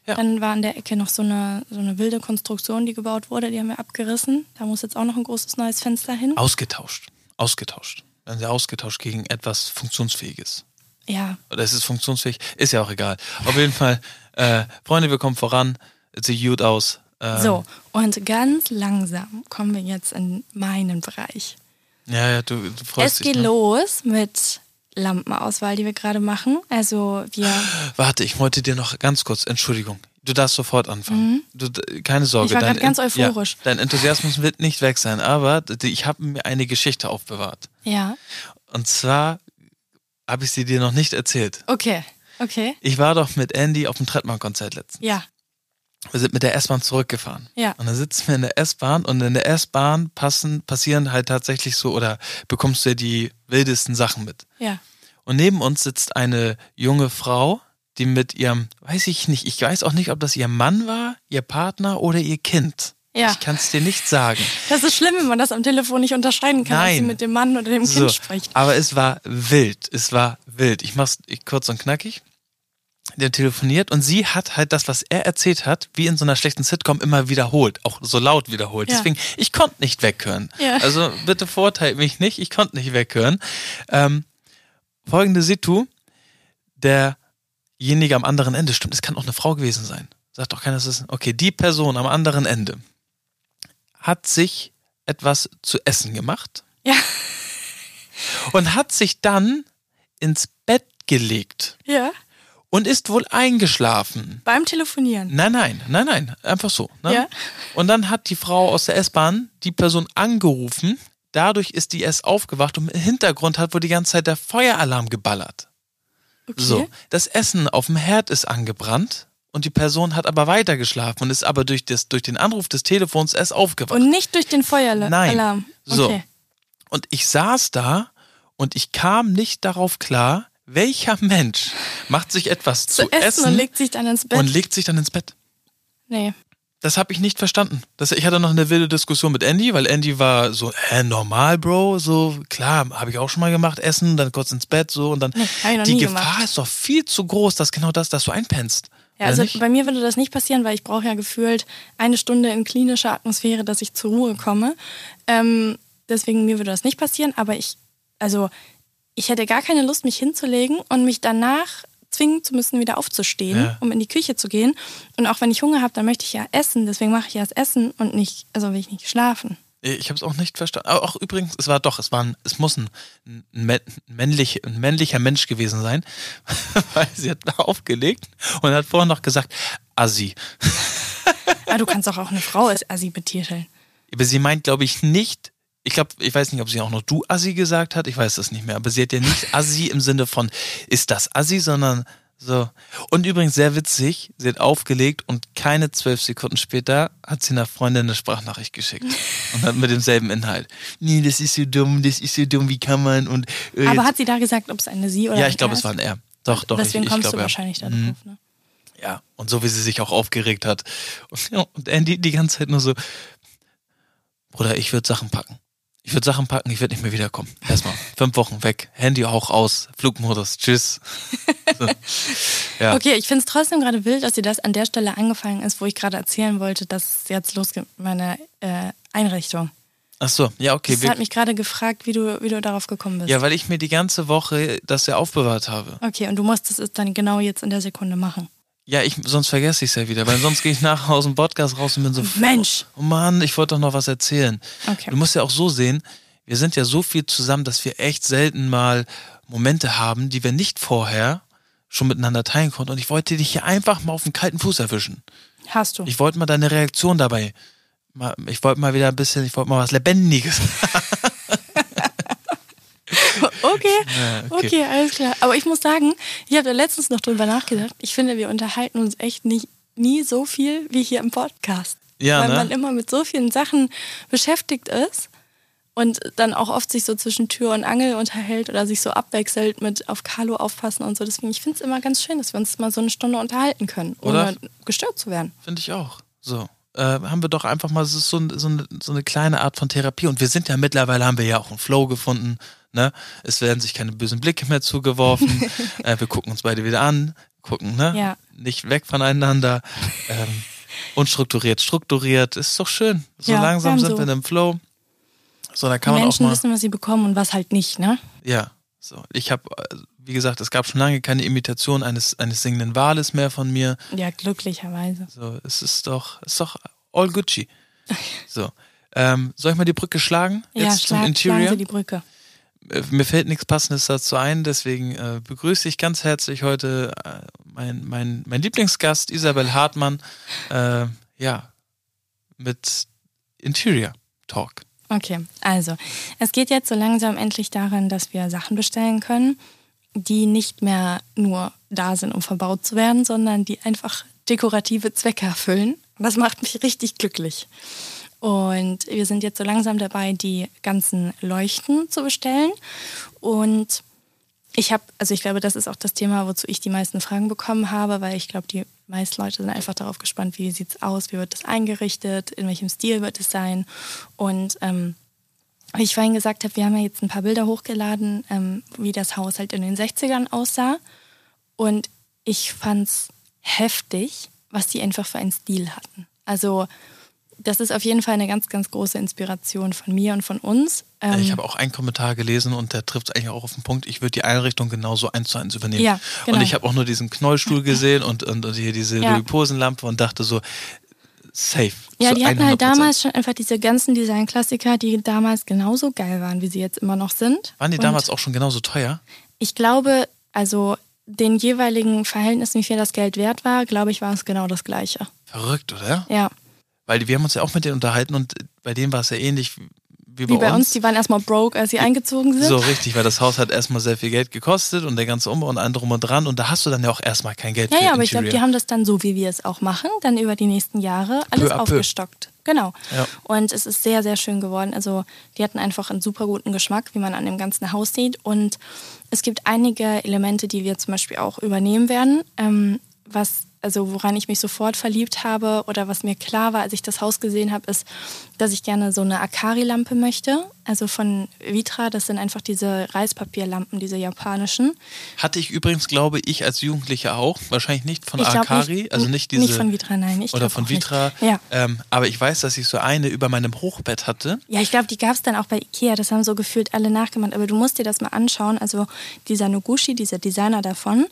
Speaker 1: Ja.
Speaker 2: Dann war an der Ecke noch so eine, so eine wilde Konstruktion, die gebaut wurde, die haben wir abgerissen. Da muss jetzt auch noch ein großes neues Fenster hin.
Speaker 1: Ausgetauscht. Ausgetauscht. Dann sind sie ausgetauscht gegen etwas Funktionsfähiges.
Speaker 2: Ja,
Speaker 1: Oder ist es funktionsfähig? Ist ja auch egal. Auf jeden Fall, äh, Freunde, wir kommen voran. Es sieht gut aus. Ähm,
Speaker 2: so. Und ganz langsam kommen wir jetzt in meinen Bereich.
Speaker 1: Ja, ja, du, du freust
Speaker 2: Es
Speaker 1: dich.
Speaker 2: geht
Speaker 1: ne?
Speaker 2: los mit Lampenauswahl, die wir gerade machen. Also wir
Speaker 1: Warte, ich wollte dir noch ganz kurz, Entschuldigung. Du- Du darfst sofort anfangen. Du, d- keine Sorge.
Speaker 2: Mhm. Ich war
Speaker 1: dein
Speaker 2: grad ganz
Speaker 1: En-
Speaker 2: euphorisch.
Speaker 1: Ja, dein Enthusiasmus wird nicht weg sein, aber d- ich habe mir eine Geschichte aufbewahrt.
Speaker 2: Ja.
Speaker 1: Und zwar habe ich sie dir noch nicht erzählt.
Speaker 2: Okay. Okay.
Speaker 1: Ich war doch mit Andy auf dem Trettmann-Konzert letztens.
Speaker 2: Ja.
Speaker 1: Wir sind mit der S-Bahn zurückgefahren.
Speaker 2: Ja.
Speaker 1: Und dann sitzen wir in der S-Bahn und in der S-Bahn passen, passieren halt tatsächlich so oder bekommst du ja die wildesten Sachen mit.
Speaker 2: Ja.
Speaker 1: Und neben uns sitzt eine junge Frau, die mit ihrem, weiß ich nicht, ich weiß auch nicht, ob das ihr Mann war, ihr Partner oder ihr Kind.
Speaker 2: Ja.
Speaker 1: Ich kann es dir nicht sagen.
Speaker 2: Das ist schlimm, wenn man das am Telefon nicht unterscheiden kann, ob sie
Speaker 1: Nein.
Speaker 2: mit dem Mann oder dem Kind
Speaker 1: So,
Speaker 2: spricht.
Speaker 1: aber es war wild. Es war wild. Ich mach's ich, kurz und knackig. Der telefoniert und sie hat halt das, was er erzählt hat, wie in so einer schlechten Sitcom immer wiederholt, auch so laut wiederholt.
Speaker 2: Ja.
Speaker 1: Deswegen, ich konnte nicht weghören.
Speaker 2: Ja.
Speaker 1: Also bitte verurteilt mich nicht, ich konnte nicht weghören. Ähm, folgende Situ, derjenige am anderen Ende, stimmt, es kann auch eine Frau gewesen sein. Sagt doch keiner, es ist. Okay, die Person am anderen Ende hat sich etwas zu essen gemacht
Speaker 2: Ja.
Speaker 1: und hat sich dann ins Bett gelegt
Speaker 2: Ja.
Speaker 1: und ist wohl eingeschlafen.
Speaker 2: Beim Telefonieren.
Speaker 1: Nein, nein, nein, nein, einfach so. Ne?
Speaker 2: Ja.
Speaker 1: Und dann hat die Frau aus der S-Bahn die Person angerufen. Dadurch ist die S aufgewacht und im Hintergrund hat wohl die ganze Zeit der Feueralarm geballert.
Speaker 2: Okay.
Speaker 1: So, das Essen auf dem Herd ist angebrannt und die Person hat aber weitergeschlafen und ist aber durch, das, durch den Anruf des Telefons erst aufgewacht.
Speaker 2: Und nicht durch den Feueralarm.
Speaker 1: Nein.
Speaker 2: Alarm.
Speaker 1: So.
Speaker 2: Okay.
Speaker 1: Und ich saß da und ich kam nicht darauf klar, welcher Mensch macht sich etwas zu,
Speaker 2: Zu essen, und legt sich dann ins Bett.
Speaker 1: und legt sich dann ins Bett.
Speaker 2: nee.
Speaker 1: Das habe ich nicht verstanden. Das, ich hatte noch eine wilde Diskussion mit Andy, weil Andy war so, äh, normal, Bro, so, klar, habe ich auch schon mal gemacht, essen, dann kurz ins Bett, so und dann.
Speaker 2: Nee, hab ich noch
Speaker 1: die
Speaker 2: nie
Speaker 1: Gefahr
Speaker 2: gemacht.
Speaker 1: ist doch viel zu groß, dass genau das, dass du einpennst. Oder
Speaker 2: Ja, also
Speaker 1: nicht?
Speaker 2: bei mir würde das nicht passieren, weil ich brauche ja gefühlt eine Stunde in klinischer Atmosphäre, dass ich zur Ruhe komme. Ähm, deswegen mir würde das nicht passieren, aber ich, also ich hätte gar keine Lust, mich hinzulegen und mich danach zwingen zu müssen, wieder aufzustehen,
Speaker 1: Ja.
Speaker 2: um in die Küche zu gehen. Und auch wenn ich Hunger habe, dann möchte ich ja essen. Deswegen mache ich ja das Essen und nicht, also will ich nicht schlafen.
Speaker 1: Ich habe es auch nicht verstanden. Auch, auch übrigens, es war doch, es war ein, es muss ein, ein, mä- männlich, ein männlicher Mensch gewesen sein, weil sie hat aufgelegt und hat vorher noch gesagt, Assi.
Speaker 2: Aber du kannst doch auch eine Frau als Assi betiteln.
Speaker 1: Aber sie meint, glaube ich, nicht, ich glaube, ich weiß nicht, ob sie auch noch du Assi gesagt hat, ich weiß das nicht mehr, aber sie hat ja nicht Assi im Sinne von, ist das Assi, sondern so. Und übrigens sehr witzig, sie hat aufgelegt und keine zwölf Sekunden später hat sie einer Freundin eine Sprachnachricht geschickt und hat mit demselben Inhalt. Nee, das ist so dumm, das ist so dumm, wie kann man und. äh,
Speaker 2: Aber
Speaker 1: jetzt-
Speaker 2: hat sie da gesagt, ob es eine Sie oder
Speaker 1: ja,
Speaker 2: ein
Speaker 1: ich glaube,
Speaker 2: Er
Speaker 1: es
Speaker 2: ist?
Speaker 1: war ein R. Doch, doch,
Speaker 2: Deswegen
Speaker 1: ich, ich
Speaker 2: kommst
Speaker 1: glaube,
Speaker 2: du
Speaker 1: ja.
Speaker 2: wahrscheinlich da
Speaker 1: Mhm.
Speaker 2: drauf. Ne?
Speaker 1: Ja, und so wie sie sich auch aufgeregt hat. Und, ja, und Andy die ganze Zeit nur so, Bruder, ich würde Sachen packen. Ich würde Sachen packen, ich würde nicht mehr wiederkommen. Erstmal fünf Wochen weg, Handy auch aus, Flugmodus, tschüss. So. Ja.
Speaker 2: Okay, ich finde es trotzdem gerade wild, dass dir das an der Stelle angefangen ist, wo ich gerade erzählen wollte, dass es jetzt losgeht mit meiner äh, Einrichtung.
Speaker 1: Ach so, ja, okay.
Speaker 2: Das
Speaker 1: wir-
Speaker 2: hat mich gerade gefragt, wie du, wie du darauf gekommen bist.
Speaker 1: ja, weil ich mir die ganze Woche das ja aufbewahrt habe.
Speaker 2: Okay, und du musst es dann genau jetzt in der Sekunde machen.
Speaker 1: Ja, ich, sonst vergesse ich es ja wieder, weil sonst gehe ich nachher aus dem Podcast raus und bin so,
Speaker 2: Mensch!
Speaker 1: oh Mann, ich wollte doch noch was erzählen.
Speaker 2: Okay.
Speaker 1: Du musst ja auch so sehen, wir sind ja so viel zusammen, dass wir echt selten mal Momente haben, die wir nicht vorher schon miteinander teilen konnten. Und ich wollte dich hier einfach mal auf den kalten Fuß erwischen.
Speaker 2: Hast du.
Speaker 1: Ich wollte mal deine Reaktion dabei. mal- Ich wollte mal wieder ein bisschen, ich wollte mal was Lebendiges.
Speaker 2: Okay.
Speaker 1: Ja,
Speaker 2: okay.
Speaker 1: okay.
Speaker 2: alles klar. Aber ich muss sagen, ich habe da letztens noch drüber nachgedacht. Ich finde, wir unterhalten uns echt nicht, nie so viel wie hier im Podcast.
Speaker 1: Ja,
Speaker 2: Weil
Speaker 1: ne?
Speaker 2: man immer mit so vielen Sachen beschäftigt ist und dann auch oft sich so zwischen Tür und Angel unterhält oder sich so abwechselt mit auf Carlo aufpassen und so. Deswegen, ich finde es immer ganz schön, dass wir uns mal so eine Stunde unterhalten können, ohne
Speaker 1: Oder?
Speaker 2: gestört zu werden.
Speaker 1: Finde ich auch. So. Äh, haben wir doch einfach mal so, so, ein- so, eine, so eine kleine Art von Therapie. Und wir sind ja mittlerweile, haben wir ja auch einen Flow gefunden. Ne? Es werden sich keine bösen Blicke mehr zugeworfen. äh, wir gucken uns beide wieder an, gucken, ne?
Speaker 2: Ja.
Speaker 1: Nicht weg voneinander. Ähm, unstrukturiert, strukturiert. Ist doch schön. So
Speaker 2: Ja,
Speaker 1: langsam
Speaker 2: wir haben
Speaker 1: sind wir in
Speaker 2: so-
Speaker 1: einem Flow. So, da kann
Speaker 2: Die
Speaker 1: man auch
Speaker 2: Menschen
Speaker 1: mal.
Speaker 2: wissen, was sie bekommen und was halt nicht, ne?
Speaker 1: Ja, so. Ich habe, wie gesagt, es gab schon lange keine Imitation eines, eines singenden Wales mehr von mir.
Speaker 2: Ja, glücklicherweise.
Speaker 1: So, es ist doch, es ist doch all Gucci. So. Ähm, soll ich mal die Brücke schlagen?
Speaker 2: Ja, schlag, schlagen Sie die Brücke.
Speaker 1: äh, mir fällt nichts Passendes dazu ein, deswegen äh, begrüße ich ganz herzlich heute äh, mein, mein, mein Lieblingsgast, Isabel Hartmann, äh, ja, mit Interior Talk.
Speaker 2: Okay, also es geht jetzt so langsam endlich daran, dass wir Sachen bestellen können, die nicht mehr nur da sind, um verbaut zu werden, sondern die einfach dekorative Zwecke erfüllen. Das macht mich richtig glücklich. Und wir sind jetzt so langsam dabei, die ganzen Leuchten zu bestellen. Und ich habe, also ich glaube, das ist auch das Thema, wozu ich die meisten Fragen bekommen habe, weil ich glaube, die meisten Leute sind einfach darauf gespannt, wie sieht es aus, wie wird das eingerichtet, in welchem Stil wird es sein. Und ähm, wie ich vorhin gesagt habe, wir haben ja jetzt ein paar Bilder hochgeladen, ähm, wie das Haus halt in den 60ern aussah. Und ich fand's heftig, was die einfach für einen Stil hatten. Also das ist auf jeden Fall eine ganz, ganz große Inspiration von mir und von uns. Ähm,
Speaker 1: Äh, ich habe auch einen Kommentar gelesen und der trifft es eigentlich auch auf den Punkt. Ich würde die Einrichtung genauso eins zu eins übernehmen.
Speaker 2: Ja, genau.
Speaker 1: Und ich habe auch nur diesen Knollstuhl gesehen und, und, und hier diese
Speaker 2: Ja.
Speaker 1: ja. Posenlampe und dachte so, safe.
Speaker 2: Ja,
Speaker 1: zu
Speaker 2: die hatten
Speaker 1: 100%.
Speaker 2: halt damals schon einfach diese ganzen Design-Klassiker, die damals genauso geil waren, wie sie jetzt immer noch sind.
Speaker 1: Waren die
Speaker 2: Und
Speaker 1: damals auch schon genauso teuer?
Speaker 2: Ich glaube, also den jeweiligen Verhältnissen, wie viel das Geld wert war, glaube ich, war es genau das Gleiche.
Speaker 1: Verrückt, oder?
Speaker 2: Ja.
Speaker 1: Weil wir haben uns ja auch mit denen unterhalten und bei denen war es ja ähnlich wie bei,
Speaker 2: Wie bei uns, die waren erstmal broke, als sie eingezogen sind.
Speaker 1: So richtig, weil das Haus hat erstmal sehr viel Geld gekostet und der ganze Umbau und allem drum und dran und da hast du dann ja auch erstmal kein Geld
Speaker 2: Ja,
Speaker 1: für
Speaker 2: ja, aber ich glaube,
Speaker 1: Interior.
Speaker 2: die haben das dann so, wie wir es auch machen, dann über die nächsten Jahre alles
Speaker 1: à peu.
Speaker 2: aufgestockt. Genau.
Speaker 1: Ja.
Speaker 2: Und es ist sehr, sehr schön geworden. Also die hatten einfach einen super guten Geschmack, wie man an dem ganzen Haus sieht. Und es gibt einige Elemente, die wir zum Beispiel auch übernehmen werden, ähm, was also woran ich mich sofort verliebt habe oder was mir klar war, als ich das Haus gesehen habe, ist, dass ich gerne so eine Akari-Lampe möchte. Also von Vitra, das sind einfach diese Reispapierlampen, diese japanischen.
Speaker 1: Hatte ich übrigens, glaube ich, als Jugendlicher auch. Wahrscheinlich nicht von
Speaker 2: glaub
Speaker 1: Akari, also nicht diese.
Speaker 2: Nicht von Vitra, nein. Ich
Speaker 1: oder
Speaker 2: glaub
Speaker 1: von
Speaker 2: auch nicht.
Speaker 1: Vitra.
Speaker 2: Ja.
Speaker 1: Ähm, aber ich weiß, dass ich so eine über meinem Hochbett hatte.
Speaker 2: Ja, ich glaube, die gab es dann auch bei Ikea. Das haben so gefühlt alle nachgemacht. Aber du musst dir das mal anschauen. Also dieser Noguchi, dieser Designer davon,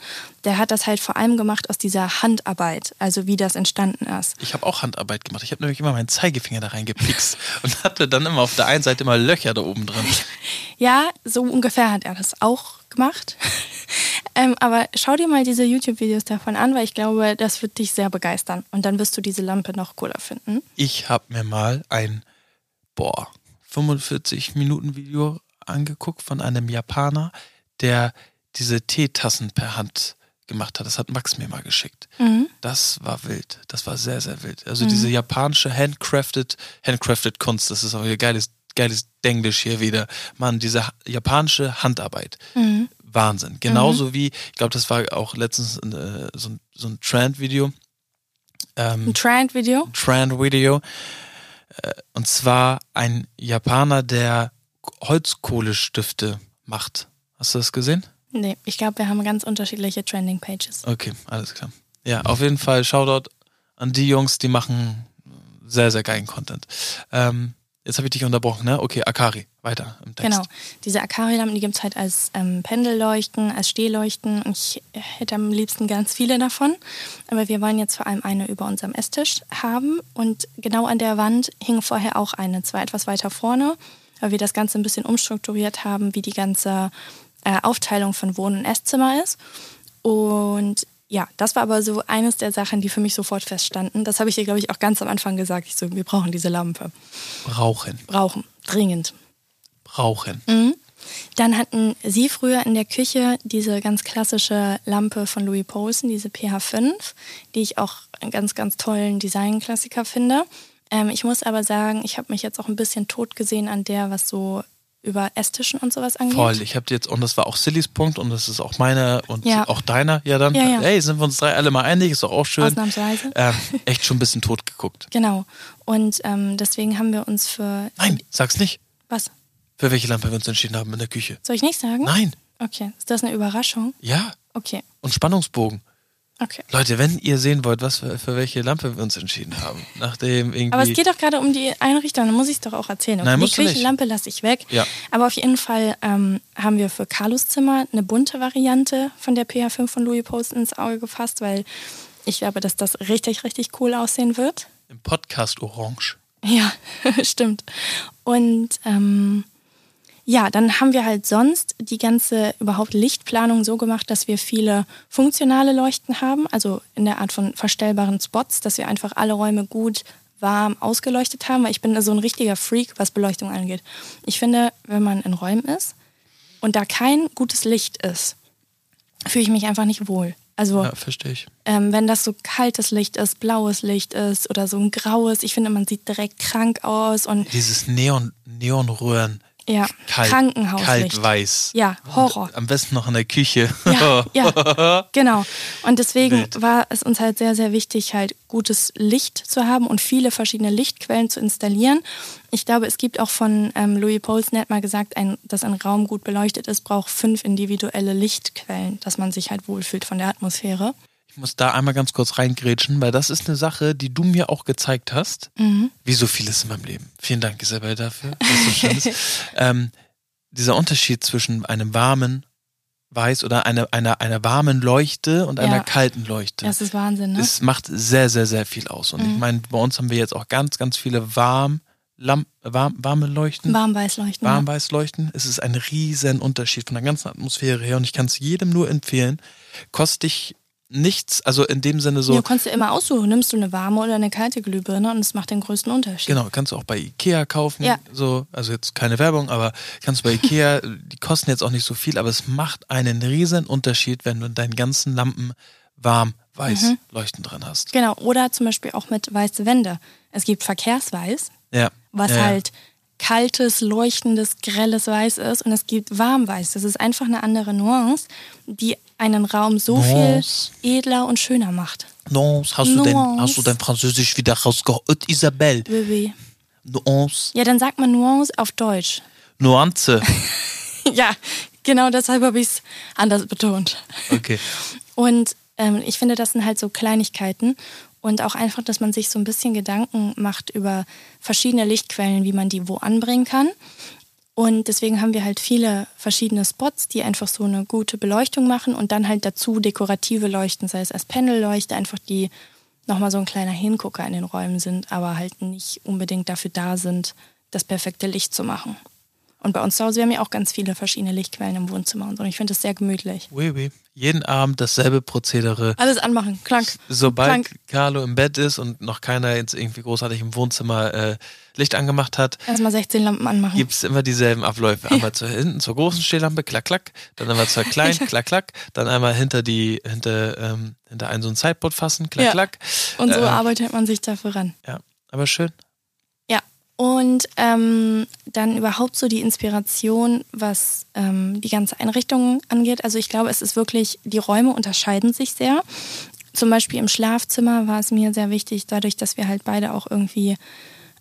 Speaker 2: der hat das halt vor allem gemacht aus dieser Handarbeit. Also wie das entstanden ist.
Speaker 1: Ich habe auch Handarbeit gemacht. Ich habe nämlich immer meinen Zeigefinger da reingepickst und hatte dann immer auf der einen Seite immer Löcher da oben drin.
Speaker 2: Ja, so ungefähr hat er das auch gemacht. ähm, aber schau dir mal diese YouTube-Videos davon an, weil ich glaube, das wird dich sehr begeistern. Und dann wirst du diese Lampe noch cooler finden.
Speaker 1: Ich habe mir mal ein, boah, 45 Minuten Video angeguckt von einem Japaner, der diese Teetassen per Hand gemacht hat. Das hat Max mir mal geschickt. Das war wild. Das war sehr, sehr wild. Also diese japanische handcrafted, handcrafted Kunst, das ist auch hier geiles, geiles Denglisch hier wieder. Mann, diese ha- japanische Handarbeit. Wahnsinn. Genauso wie, ich glaube, das war auch letztens äh, so ein, so ein Trend-Video. Ähm,
Speaker 2: Ein Trend-Video.
Speaker 1: Trend-Video. Äh, Und zwar ein Japaner, der Holzkohlestifte macht. Hast du das gesehen?
Speaker 2: Nee, ich glaube, wir haben ganz unterschiedliche Trending-Pages.
Speaker 1: Okay, alles klar. Ja, auf jeden Fall Shoutout an die Jungs, die machen sehr, sehr geilen Content. Ähm, jetzt habe ich dich unterbrochen, ne? Okay, Akari, weiter im Text.
Speaker 2: Genau. Diese Akarilampen, die gibt es halt als ähm, Pendelleuchten, als Stehleuchten. Und ich hätte am liebsten ganz viele davon. Aber wir wollen jetzt vor allem eine über unserem Esstisch haben. Und genau an der Wand hing vorher auch eine, zwar etwas weiter vorne, weil wir das Ganze ein bisschen umstrukturiert haben, wie die ganze äh, Aufteilung von Wohn- und Esszimmer ist. Und ja, das war aber so eines der Sachen, die für mich sofort feststanden. Das habe ich dir, glaube ich, auch ganz am Anfang gesagt. Ich so, wir brauchen diese Lampe. Genau.
Speaker 1: Brauchen,
Speaker 2: Brauchen. Dringend.
Speaker 1: brauchen.
Speaker 2: Mhm. Dann hatten sie früher in der Küche diese ganz klassische Lampe von Louis Poulsen, diese PH5, die ich auch einen ganz, ganz tollen Designklassiker finde. Ähm, ich muss aber sagen, ich habe mich jetzt auch ein bisschen tot gesehen an der, was so über Esstischen und sowas angeht.
Speaker 1: Voll, ich habe jetzt, und das war auch Sillys Punkt und das ist auch meiner und
Speaker 2: Ja.
Speaker 1: auch deiner, ja dann.
Speaker 2: Ja, ja.
Speaker 1: Hey, sind wir uns drei alle mal einig, ist doch auch schön.
Speaker 2: Ausnahmsweise.
Speaker 1: Ähm, echt schon ein bisschen tot geguckt.
Speaker 2: Genau. Und ähm, deswegen haben wir uns für.
Speaker 1: Nein, sag's nicht.
Speaker 2: Was?
Speaker 1: Für welche Lampe wir uns entschieden haben in der Küche.
Speaker 2: Soll ich nicht sagen?
Speaker 1: Nein,
Speaker 2: Okay. Ist das eine Überraschung?
Speaker 1: ja.
Speaker 2: Okay.
Speaker 1: Und Spannungsbogen.
Speaker 2: Okay.
Speaker 1: Leute, wenn ihr sehen wollt, was für, für welche Lampe wir uns entschieden haben, nachdem irgendwie.
Speaker 2: Aber es geht doch gerade um die Einrichtung, dann muss ich es doch auch erzählen.
Speaker 1: Nein,
Speaker 2: die
Speaker 1: musst du nicht.
Speaker 2: Küchenlampe lasse ich weg.
Speaker 1: Ja.
Speaker 2: Aber auf jeden Fall ähm, haben wir für Carlos Zimmer eine bunte Variante von der PH5 von Louis Post ins Auge gefasst, weil ich glaube, dass das richtig, richtig cool aussehen wird.
Speaker 1: im Podcast Orange.
Speaker 2: Ja, stimmt. Und ähm, Ja, dann haben wir halt sonst die ganze überhaupt Lichtplanung so gemacht, dass wir viele funktionale Leuchten haben, also in der Art von verstellbaren Spots, dass wir einfach alle Räume gut warm ausgeleuchtet haben, weil ich bin da so ein richtiger Freak, was Beleuchtung angeht. Ich finde, wenn man in Räumen ist und da kein gutes Licht ist, fühle ich mich einfach nicht wohl. Also
Speaker 1: Ja, verstehe ich.
Speaker 2: ähm, wenn das so kaltes Licht ist, blaues Licht ist oder so ein graues, ich finde, man sieht direkt krank aus und
Speaker 1: Dieses Neon, Neonröhren.
Speaker 2: ja,
Speaker 1: Kalt,
Speaker 2: Krankenhauslicht.
Speaker 1: Kalt weiß.
Speaker 2: Ja, Horror.
Speaker 1: Am besten noch in der Küche.
Speaker 2: Ja, ja, genau. Und deswegen
Speaker 1: Wild.
Speaker 2: war es uns halt sehr, sehr wichtig, halt gutes Licht zu haben und viele verschiedene Lichtquellen zu installieren. Ich glaube, es gibt auch von ähm, Louis Poulsen hat mal gesagt, ein, dass ein Raum gut beleuchtet ist, braucht fünf individuelle Lichtquellen, dass man sich halt wohlfühlt von der Atmosphäre.
Speaker 1: Ich muss da einmal ganz kurz reingrätschen, weil das ist eine Sache, die du mir auch gezeigt hast,
Speaker 2: Mhm.
Speaker 1: wie so vieles in meinem Leben. Vielen Dank, Isabel, dafür. Das ist so schön ist. ähm, dieser Unterschied zwischen einem warmen Weiß oder einer, einer, einer warmen Leuchte und einer
Speaker 2: Ja.
Speaker 1: kalten Leuchte.
Speaker 2: Das ist Wahnsinn, ne? Mhm.
Speaker 1: Es macht sehr, sehr, sehr viel aus. Und ich meine, bei uns haben wir jetzt auch ganz, ganz viele warm, Lam warm, warme Leuchten.
Speaker 2: Warmweißleuchten.
Speaker 1: Warmweiß leuchten. Es ist ein riesen Unterschied von der ganzen Atmosphäre her und ich kann es jedem nur empfehlen. Kostet dich nichts, also in dem Sinne so,
Speaker 2: Ja, kannst du immer aussuchen, nimmst du eine warme oder eine kalte Glühbirne und es macht den größten Unterschied.
Speaker 1: genau, kannst du auch bei Ikea kaufen,
Speaker 2: Ja.
Speaker 1: so, also jetzt keine Werbung, aber kannst du bei Ikea, die kosten jetzt auch nicht so viel, aber es macht einen riesen Unterschied, wenn du in deinen ganzen Lampen warm weiß
Speaker 2: Mhm.
Speaker 1: leuchten drin hast.
Speaker 2: Genau, oder zum Beispiel auch mit weiße Wände. Es gibt Verkehrsweiß,
Speaker 1: Ja.
Speaker 2: was
Speaker 1: ja, ja.
Speaker 2: halt kaltes, leuchtendes, grelles Weiß ist und es gibt warmweiß. Das ist einfach eine andere Nuance, die einen Raum so
Speaker 1: Nuance.
Speaker 2: viel edler und schöner macht.
Speaker 1: Nuance, hast du denn,
Speaker 2: Nuance.
Speaker 1: hast du dein Französisch wieder rausgeholt, Isabelle?
Speaker 2: Baby.
Speaker 1: Nuance.
Speaker 2: Ja, dann sagt man Nuance auf Deutsch.
Speaker 1: Nuance.
Speaker 2: ja, genau deshalb habe ich es anders betont.
Speaker 1: Okay.
Speaker 2: Und ähm, ich finde, das sind halt so Kleinigkeiten und auch einfach, dass man sich so ein bisschen Gedanken macht über verschiedene Lichtquellen, wie man die wo anbringen kann. Und deswegen haben wir halt viele verschiedene Spots, die einfach so eine gute Beleuchtung machen und dann halt dazu dekorative Leuchten, sei es als Pendelleuchte, einfach die nochmal so ein kleiner Hingucker in den Räumen sind, aber halt nicht unbedingt dafür da sind, das perfekte Licht zu machen. Und bei uns zu Hause, wir haben ja auch ganz viele verschiedene Lichtquellen im Wohnzimmer und so. Und ich finde das sehr gemütlich.
Speaker 1: Oui, oui. Jeden Abend dasselbe Prozedere.
Speaker 2: Alles anmachen, klank.
Speaker 1: Sobald
Speaker 2: Krank.
Speaker 1: Carlo im Bett ist und noch keiner jetzt irgendwie großartig im Wohnzimmer äh, Licht angemacht hat,
Speaker 2: Erstmal 16 Lampen anmachen.
Speaker 1: gibt es immer dieselben Abläufe. Einmal zur hinten zur großen Stehlampe, klack, klack, dann einmal zur kleinen, klack, klack, dann einmal hinter die, hinter, ähm, hinter einen so ein Sideboard fassen, klack,
Speaker 2: Ja.
Speaker 1: klack.
Speaker 2: und so
Speaker 1: äh,
Speaker 2: arbeitet man sich dafür ran.
Speaker 1: Ja, aber schön.
Speaker 2: Ja. Und ähm, dann überhaupt so die Inspiration, was ähm, die ganze Einrichtung angeht. Also ich glaube, es ist wirklich, die Räume unterscheiden sich sehr. Zum Beispiel im Schlafzimmer war es mir sehr wichtig, dadurch, dass wir halt beide auch irgendwie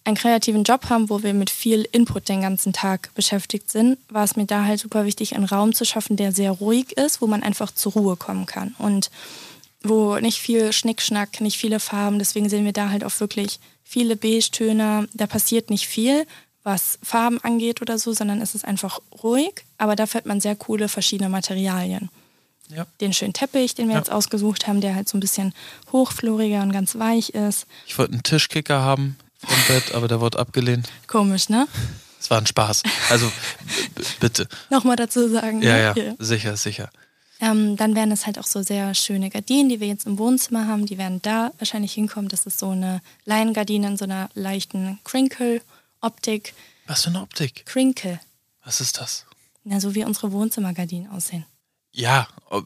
Speaker 2: einen kreativen Job haben, wo wir mit viel Input den ganzen Tag beschäftigt sind, war es mir da halt super wichtig, einen Raum zu schaffen, der sehr ruhig ist, wo man einfach zur Ruhe kommen kann und wo nicht viel Schnickschnack, nicht viele Farben. Deswegen sehen wir da halt auch wirklich viele Beige-Töne. Da passiert nicht viel, was Farben angeht oder so, sondern es ist einfach ruhig. Aber dafür hat man sehr coole verschiedene Materialien
Speaker 1: Ja.
Speaker 2: den schönen Teppich, den wir
Speaker 1: Ja.
Speaker 2: jetzt ausgesucht haben, der halt so ein bisschen hochfloriger und ganz weich ist.
Speaker 1: Ich wollte einen Tischkicker haben im Bett, aber der wurde abgelehnt.
Speaker 2: Komisch, ne?
Speaker 1: Es war ein Spaß. Also b- b- bitte.
Speaker 2: Nochmal dazu sagen.
Speaker 1: Ja,
Speaker 2: ne?
Speaker 1: ja,
Speaker 2: Hier.
Speaker 1: sicher, sicher.
Speaker 2: Ähm, dann wären es halt auch so sehr schöne Gardinen, die wir jetzt im Wohnzimmer haben. Die werden da wahrscheinlich hinkommen. Das ist so eine Laiengardine in so einer leichten Crinkle-Optik.
Speaker 1: Was für eine Optik.
Speaker 2: Crinkle.
Speaker 1: Was ist das?
Speaker 2: Na, so wie unsere Wohnzimmergardinen aussehen.
Speaker 1: Ja, ob-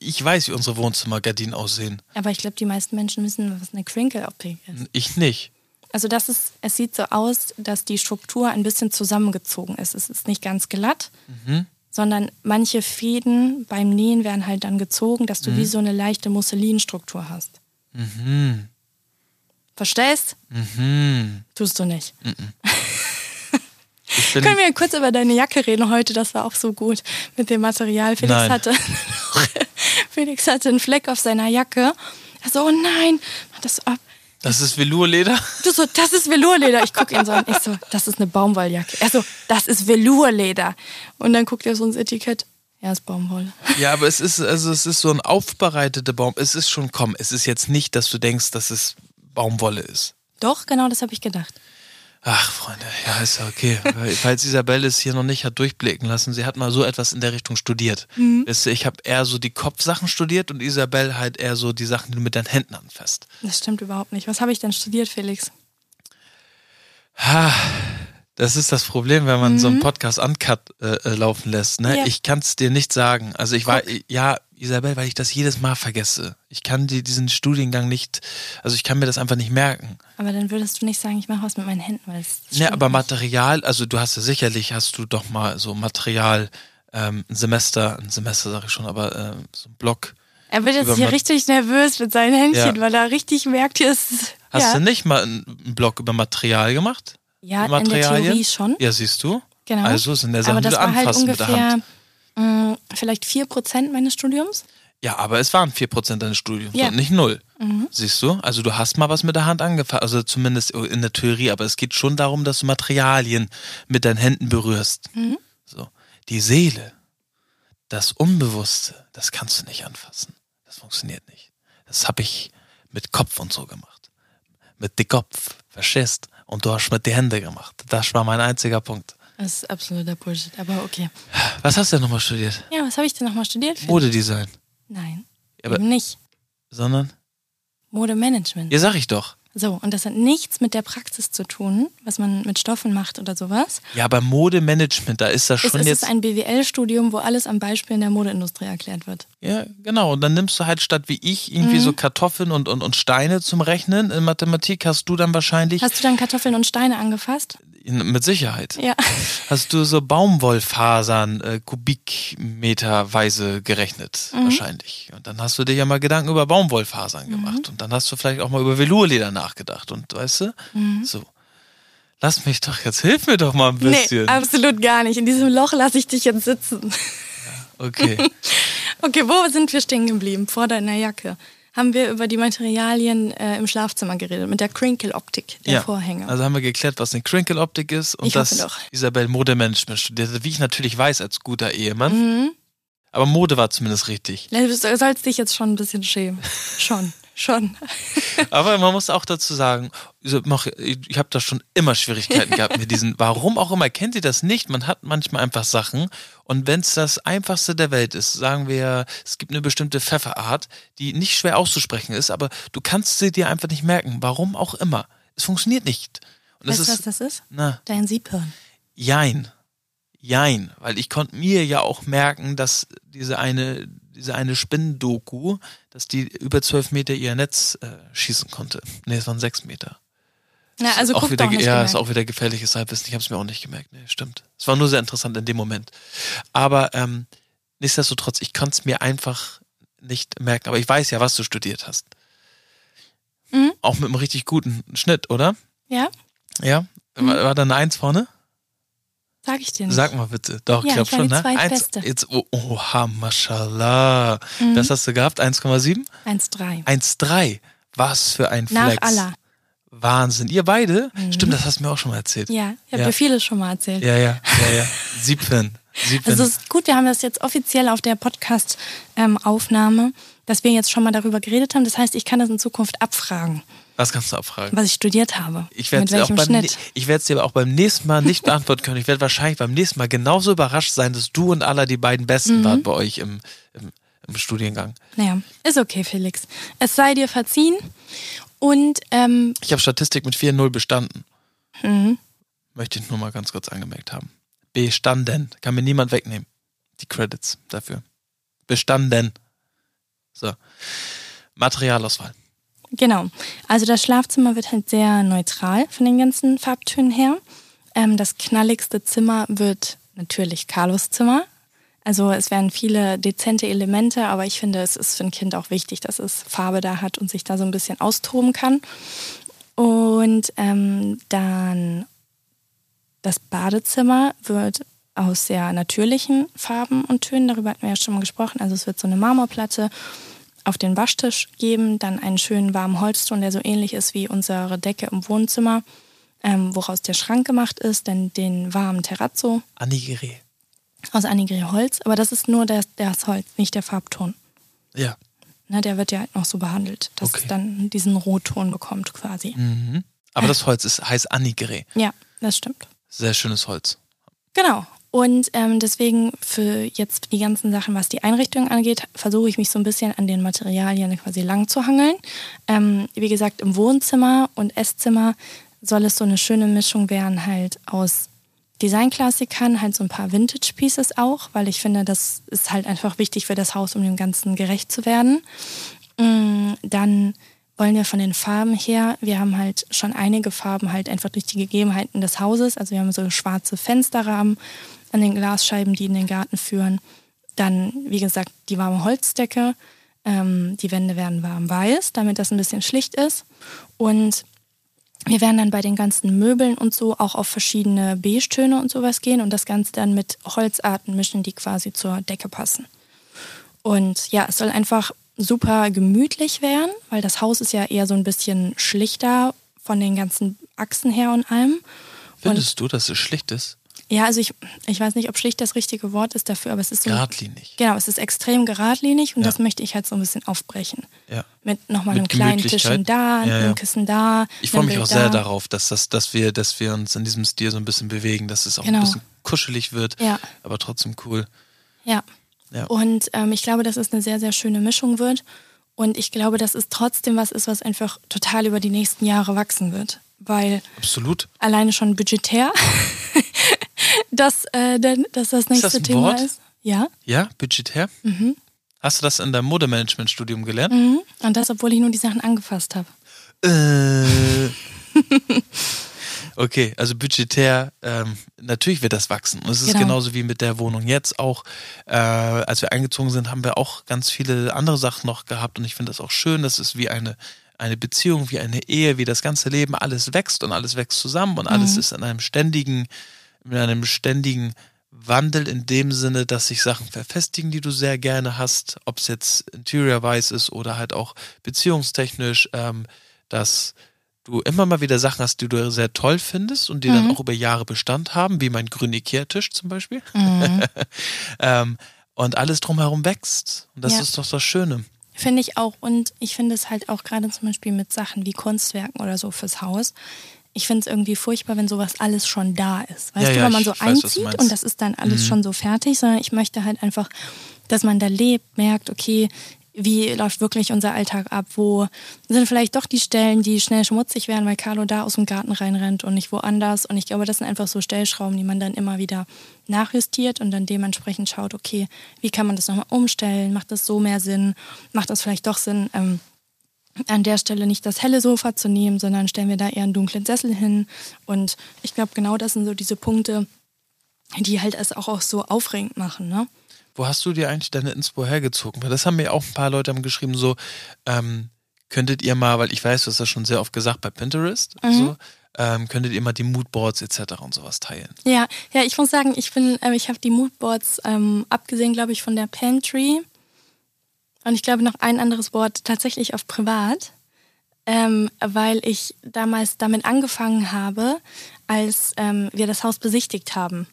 Speaker 1: ich weiß, wie unsere Wohnzimmergardinen aussehen.
Speaker 2: Aber ich glaube, die meisten Menschen wissen, was eine Crinkle-Optik ist.
Speaker 1: Ich nicht.
Speaker 2: Also das ist, es sieht so aus, dass die Struktur ein bisschen zusammengezogen ist. Es ist nicht ganz glatt, sondern manche Fäden beim Nähen werden halt dann gezogen, dass du wie so eine leichte Musselinstruktur hast. Verstehst? Tust du nicht.
Speaker 1: Ich bin,
Speaker 2: Können wir kurz über deine Jacke reden heute? Das war auch so gut mit dem Material. Felix
Speaker 1: Nein.
Speaker 2: hatte Felix hatte einen Fleck auf seiner Jacke. Er so, oh nein, mach das ab.
Speaker 1: das ist Velourleder.
Speaker 2: Du so, das ist Velourleder. Ich gucke ihn so an. Ich so, das ist eine Baumwolljacke. Er so, das ist Velourleder. Und dann guckt er so ins Etikett. Ja, ist Baumwolle.
Speaker 1: Ja, aber es ist, also es ist so ein aufbereiteter Baum. Es ist schon, komm, es ist jetzt nicht, dass du denkst, dass es Baumwolle ist.
Speaker 2: Doch, genau das habe ich gedacht.
Speaker 1: Ach, Freunde, ja, ist ja okay. Weil- Falls Isabelle es hier noch nicht hat durchblicken lassen, sie hat mal so etwas in der Richtung studiert. Wisst ihr, Ich habe eher so die Kopfsachen studiert und Isabelle halt eher so die Sachen, die du mit deinen Händen anfasst.
Speaker 2: Das stimmt überhaupt nicht. Was habe ich denn studiert, Felix?
Speaker 1: Ha, das ist das Problem, wenn man so einen Podcast uncut äh, äh, laufen lässt. Ne?
Speaker 2: Mhm. Ja.
Speaker 1: Ich kann es dir nicht sagen. Also ich war, ja, Isabel, weil ich das jedes Mal vergesse. Ich kann dir diesen Studiengang nicht, also ich kann mir das einfach nicht merken.
Speaker 2: Aber dann würdest du nicht sagen, ich mache was mit meinen Händen, weil es. das
Speaker 1: Ja,
Speaker 2: stimmt
Speaker 1: aber
Speaker 2: nicht.
Speaker 1: Material, also du hast ja sicherlich, hast du doch mal so Material, ähm, ein Semester, ein Semester sage ich schon, aber ähm, so ein Block.
Speaker 2: Er wird jetzt
Speaker 1: über
Speaker 2: hier
Speaker 1: Mat-
Speaker 2: richtig nervös mit seinen Händchen,
Speaker 1: Ja.
Speaker 2: weil er richtig merkt, hier ist.
Speaker 1: Hast
Speaker 2: ja.
Speaker 1: du nicht mal einen einen Block über Material gemacht?
Speaker 2: ja, in der
Speaker 1: Materialien?
Speaker 2: Theorie schon.
Speaker 1: Ja, siehst du?
Speaker 2: Hm? Genau.
Speaker 1: Also sind ja Sachen,
Speaker 2: aber
Speaker 1: die
Speaker 2: das
Speaker 1: du
Speaker 2: war halt
Speaker 1: anfassen mit der Hand.
Speaker 2: ungefähr mh, vielleicht 4% meines Studiums.
Speaker 1: Ja, aber es waren 4% deines Studiums
Speaker 2: Ja. Mhm.
Speaker 1: und nicht null. Siehst du? Also du hast mal was mit der Hand angefangen, also zumindest in der Theorie, aber es geht schon darum, dass du Materialien mit deinen Händen berührst.
Speaker 2: Mhm.
Speaker 1: So. Die Seele, das Unbewusste, das kannst du nicht anfassen. Das funktioniert nicht. Das habe ich mit Kopf und so gemacht. Mit dem Kopf, verstehst? Und du hast mit den Händen gemacht. Das war mein einziger Punkt.
Speaker 2: Das ist absoluter Bullshit, aber okay.
Speaker 1: Was hast du denn nochmal studiert?
Speaker 2: Ja, was habe ich denn nochmal studiert? Felix?
Speaker 1: Modedesign,
Speaker 2: Nein,
Speaker 1: Aber-
Speaker 2: eben nicht.
Speaker 1: sondern?
Speaker 2: Modemanagement.
Speaker 1: Ja, sag ich doch.
Speaker 2: So, und das hat nichts mit der Praxis zu tun, was man mit Stoffen macht oder sowas.
Speaker 1: Ja, aber Modemanagement, da ist das
Speaker 2: Es
Speaker 1: schon
Speaker 2: ist
Speaker 1: jetzt.
Speaker 2: ein BWL-Studium, wo alles am Beispiel in der Modeindustrie erklärt wird.
Speaker 1: ja, genau. Und dann nimmst du halt statt wie ich irgendwie
Speaker 2: Mhm.
Speaker 1: so Kartoffeln und, und, und Steine zum Rechnen. In Mathematik hast du dann wahrscheinlich
Speaker 2: Hast du dann Kartoffeln und Steine angefasst?
Speaker 1: in, mit Sicherheit.
Speaker 2: Ja.
Speaker 1: Hast du so Baumwollfasern äh, kubikmeterweise gerechnet,
Speaker 2: Mhm.
Speaker 1: wahrscheinlich. Und dann hast du dir ja mal Gedanken über Baumwollfasern gemacht. Und dann hast du vielleicht auch mal über Velurleder nachgedacht. Und weißt du? So. Lass mich doch jetzt, hilf mir doch mal ein bisschen.
Speaker 2: Mhm. Nee, also absolut gar nicht. In diesem Loch lasse ich dich jetzt sitzen.
Speaker 1: okay.
Speaker 2: Okay, wo sind wir stehen geblieben? Vor deiner Jacke. Haben wir über die Materialien äh, im Schlafzimmer geredet, mit der Crinkle-Optik der Vorhänge.
Speaker 1: Also haben wir geklärt, was eine Crinkle-Optik ist und
Speaker 2: Ich hoffe
Speaker 1: dass
Speaker 2: doch.
Speaker 1: Isabel Modemanagement studiert hat, wie ich natürlich weiß als guter Ehemann.
Speaker 2: Mhm.
Speaker 1: Aber Mode war zumindest richtig.
Speaker 2: Du sollst dich jetzt schon ein bisschen schämen. Schon, schon.
Speaker 1: Aber man muss auch dazu sagen, Isa- mach- ich habe da schon immer Schwierigkeiten gehabt mit diesen. Warum auch immer kennt ihr das nicht? Man hat manchmal einfach Sachen und wenn es das einfachste der Welt ist, sagen wir, es gibt eine bestimmte Pfefferart, die nicht schwer auszusprechen ist, aber du kannst sie dir einfach nicht merken. Warum auch immer? Es funktioniert nicht. Und
Speaker 2: Weißt
Speaker 1: das
Speaker 2: du, was
Speaker 1: ist
Speaker 2: das ist?
Speaker 1: na
Speaker 2: Dein Siebhirn.
Speaker 1: Jein. Jein. Weil ich konnte mir ja auch merken, dass diese eine, diese eine Spinnendoku, dass die über zwölf Meter ihr Netz äh, schießen konnte. Nee, es waren sechs Meter.
Speaker 2: Na, also
Speaker 1: auch
Speaker 2: guck
Speaker 1: wieder,
Speaker 2: doch
Speaker 1: ge-
Speaker 2: nicht
Speaker 1: ja,
Speaker 2: gemerkt.
Speaker 1: ist auch wieder gefährliches Halbwissen. Ich habe es mir auch nicht gemerkt. Nee, stimmt. Es war nur sehr interessant in dem Moment. Aber ähm, nichtsdestotrotz, ich konnte es mir einfach nicht merken. Aber ich weiß ja, was du studiert hast.
Speaker 2: Mhm.
Speaker 1: Auch mit einem richtig guten Schnitt, oder?
Speaker 2: Ja,
Speaker 1: Ja.
Speaker 2: Mhm.
Speaker 1: War, war da eine Eins vorne?
Speaker 2: sag ich dir nicht.
Speaker 1: Sag mal bitte. Doch,
Speaker 2: Ja,
Speaker 1: ich glaube
Speaker 2: ich war
Speaker 1: schon,
Speaker 2: die
Speaker 1: ne?
Speaker 2: Zweitbeste. Mhm.
Speaker 1: jetzt, oh, oha, mashallah. Was hast du gehabt? 1,7?
Speaker 2: 1,3.
Speaker 1: 1,3. Was für ein Flex.
Speaker 2: Nach Allah. Mhm.
Speaker 1: Wahnsinn. Ihr beide? Stimmt, das hast du mir auch schon mal erzählt.
Speaker 2: Ja, ich habe
Speaker 1: Ja.
Speaker 2: dir vieles schon mal erzählt.
Speaker 1: ja, ja. ja, ja. Siebchen. Siebchen.
Speaker 2: Also es ist gut, wir haben das jetzt offiziell auf der Podcast-Aufnahme, dass wir jetzt schon mal darüber geredet haben. Das heißt, ich kann das in Zukunft abfragen,
Speaker 1: Was kannst du abfragen?
Speaker 2: was ich studiert habe.
Speaker 1: Ich
Speaker 2: mit
Speaker 1: werde es
Speaker 2: welchem Schnitt.
Speaker 1: ne-, dir aber auch beim nächsten Mal nicht beantworten können. Ich werde wahrscheinlich beim nächsten Mal genauso überrascht sein, dass du und Allah die beiden
Speaker 2: Mhm.
Speaker 1: Besten waren bei euch im, im, im Studiengang.
Speaker 2: Naja, ist okay, Felix. Es sei dir verziehen. Und ähm,
Speaker 1: Ich habe Statistik mit 4-0 bestanden.
Speaker 2: Mhm.
Speaker 1: Möchte ich nur mal ganz kurz angemerkt haben. Bestanden. Kann mir niemand wegnehmen. Die Credits dafür. Bestanden. So. Materialauswahl.
Speaker 2: genau, also das Schlafzimmer wird halt sehr neutral von den ganzen Farbtönen her. Ähm, das knalligste Zimmer wird natürlich Carlos Zimmer. Also es werden viele dezente Elemente, aber ich finde, es ist für ein Kind auch wichtig, dass es Farbe da hat und sich da so ein bisschen austoben kann. Und ähm, dann Das Badezimmer wird aus sehr natürlichen Farben und Tönen, darüber hatten wir ja schon mal gesprochen. Also es wird so eine Marmorplatte auf den Waschtisch geben, dann einen schönen warmen Holzton, der so ähnlich ist wie unsere Decke im Wohnzimmer, ähm, woraus der Schrank gemacht ist, dann den warmen Terrazzo
Speaker 1: Anigere.
Speaker 2: aus Anigre Holz. Aber das ist nur das, das Holz, nicht der Farbton.
Speaker 1: Ja.
Speaker 2: Ne, der wird ja halt noch so behandelt, dass
Speaker 1: Okay.
Speaker 2: es dann diesen Rotton bekommt quasi.
Speaker 1: Aber das Holz ist, heißt Anigre.
Speaker 2: Ja, das stimmt.
Speaker 1: Sehr schönes Holz.
Speaker 2: Genau. Und ähm, deswegen für jetzt die ganzen Sachen, was die Einrichtung angeht, versuche ich mich so ein bisschen an den Materialien quasi lang zu hangeln. Ähm, wie gesagt, im Wohnzimmer und Esszimmer soll es so eine schöne Mischung werden, halt aus Designklassikern, halt so ein paar Vintage-Pieces auch, weil ich finde, das ist halt einfach wichtig für das Haus, um dem Ganzen gerecht zu werden. Mm, Dann wollen wir von den Farben her, wir haben halt schon einige Farben halt einfach durch die Gegebenheiten des Hauses. Also wir haben so schwarze Fensterrahmen an den Glasscheiben, die in den Garten führen. Dann, wie gesagt, die warme Holzdecke. Ähm, die Wände werden warm weiß, damit das ein bisschen schlicht ist. Und wir werden dann bei den ganzen Möbeln und so auch auf verschiedene Beige-Töne und sowas gehen und das Ganze dann mit Holzarten mischen, die quasi zur Decke passen. Und ja, es soll einfach super gemütlich werden, weil das Haus ist ja eher so ein bisschen schlichter von den ganzen Achsen her und allem. Und
Speaker 1: Findest du, dass es schlicht ist?
Speaker 2: ja, also ich, ich weiß nicht, ob schlicht das richtige Wort ist dafür, aber es ist so.
Speaker 1: Geradlinig.
Speaker 2: Genau, es ist extrem geradlinig und
Speaker 1: Ja.
Speaker 2: das möchte ich halt so ein bisschen aufbrechen.
Speaker 1: Ja.
Speaker 2: Mit nochmal einem
Speaker 1: Mit
Speaker 2: kleinen
Speaker 1: Gemütlichkeit.
Speaker 2: Tischchen da,
Speaker 1: Ja, ja.
Speaker 2: einem Kissen da.
Speaker 1: Ich
Speaker 2: einem
Speaker 1: freue mich
Speaker 2: Bild
Speaker 1: auch sehr
Speaker 2: da.
Speaker 1: darauf, dass, das, dass, wir, dass wir uns in diesem Stil so ein bisschen bewegen, dass es auch
Speaker 2: Genau.
Speaker 1: ein bisschen kuschelig wird,
Speaker 2: Ja.
Speaker 1: aber trotzdem cool.
Speaker 2: Ja.
Speaker 1: Ja.
Speaker 2: Und ähm, ich glaube, dass es eine sehr, sehr schöne Mischung wird. Und ich glaube, dass es trotzdem was ist, was einfach total über die nächsten Jahre wachsen wird. Weil
Speaker 1: Absolut.
Speaker 2: alleine schon budgetär, dass, äh, denn, dass das nächste
Speaker 1: das ein
Speaker 2: Thema
Speaker 1: Wort?
Speaker 2: ist. Ja.
Speaker 1: Ja, budgetär. Hast du das in deinem Modemanagement-Studium gelernt?
Speaker 2: Mhm. Und das, obwohl ich nur die Sachen angefasst habe.
Speaker 1: Äh. okay, also budgetär, ähm, natürlich wird das wachsen. Und es ist
Speaker 2: Genau.
Speaker 1: genauso wie mit der Wohnung jetzt auch. Äh, als wir eingezogen sind, haben wir auch ganz viele andere Sachen noch gehabt und ich finde das auch schön. Das ist wie eine, eine Beziehung, wie eine Ehe, wie das ganze Leben. Alles wächst und alles wächst zusammen und alles
Speaker 2: Mhm.
Speaker 1: ist in einem ständigen, in einem ständigen Wandel in dem Sinne, dass sich Sachen verfestigen, die du sehr gerne hast, ob es jetzt interior-wise ist oder halt auch beziehungstechnisch, ähm, dass du immer mal wieder Sachen hast, die du sehr toll findest und die dann auch über Jahre Bestand haben, wie mein grüner Ikea-Tisch zum Beispiel. ähm, und alles drumherum wächst. Und das
Speaker 2: Ja.
Speaker 1: ist doch das Schöne.
Speaker 2: Finde ich auch. Und ich finde es halt auch gerade zum Beispiel mit Sachen wie Kunstwerken oder so fürs Haus. Ich finde es irgendwie furchtbar, wenn sowas alles schon da ist. Weißt
Speaker 1: Ja,
Speaker 2: du,
Speaker 1: ja,
Speaker 2: wenn man
Speaker 1: ich
Speaker 2: so
Speaker 1: weiß, was du
Speaker 2: einzieht
Speaker 1: meinst.
Speaker 2: und das ist dann alles schon so fertig, sondern ich möchte halt einfach, dass man da lebt, merkt, okay, wie läuft wirklich unser Alltag ab? Wo sind vielleicht doch die Stellen, die schnell schmutzig werden, weil Carlo da aus dem Garten reinrennt und nicht woanders? Und ich glaube, das sind einfach so Stellschrauben, die man dann immer wieder nachjustiert und dann dementsprechend schaut, okay, wie kann man das nochmal umstellen? Macht das so mehr Sinn? Macht das vielleicht doch Sinn? Ähm, an der Stelle nicht das helle Sofa zu nehmen, sondern stellen wir da eher einen dunklen Sessel hin. Und ich glaube, genau das sind so diese Punkte, die halt es auch, auch so aufregend machen. Ne?
Speaker 1: Wo hast du dir eigentlich deine Inspo hergezogen? Weil das haben mir auch ein paar Leute haben geschrieben, so, ähm, könntet ihr mal, weil ich weiß, du hast das schon sehr oft gesagt bei Pinterest,
Speaker 2: Mhm.
Speaker 1: so, ähm, könntet ihr mal die Moodboards etc. und sowas teilen.
Speaker 2: Ja, ja, ich muss sagen, ich bin, ähm, ich habe die Moodboards ähm, abgesehen, glaube ich, von der Pantry und ich glaube noch ein anderes Wort tatsächlich auf privat, ähm, weil ich damals damit angefangen habe, als ähm, wir das Haus besichtigt haben.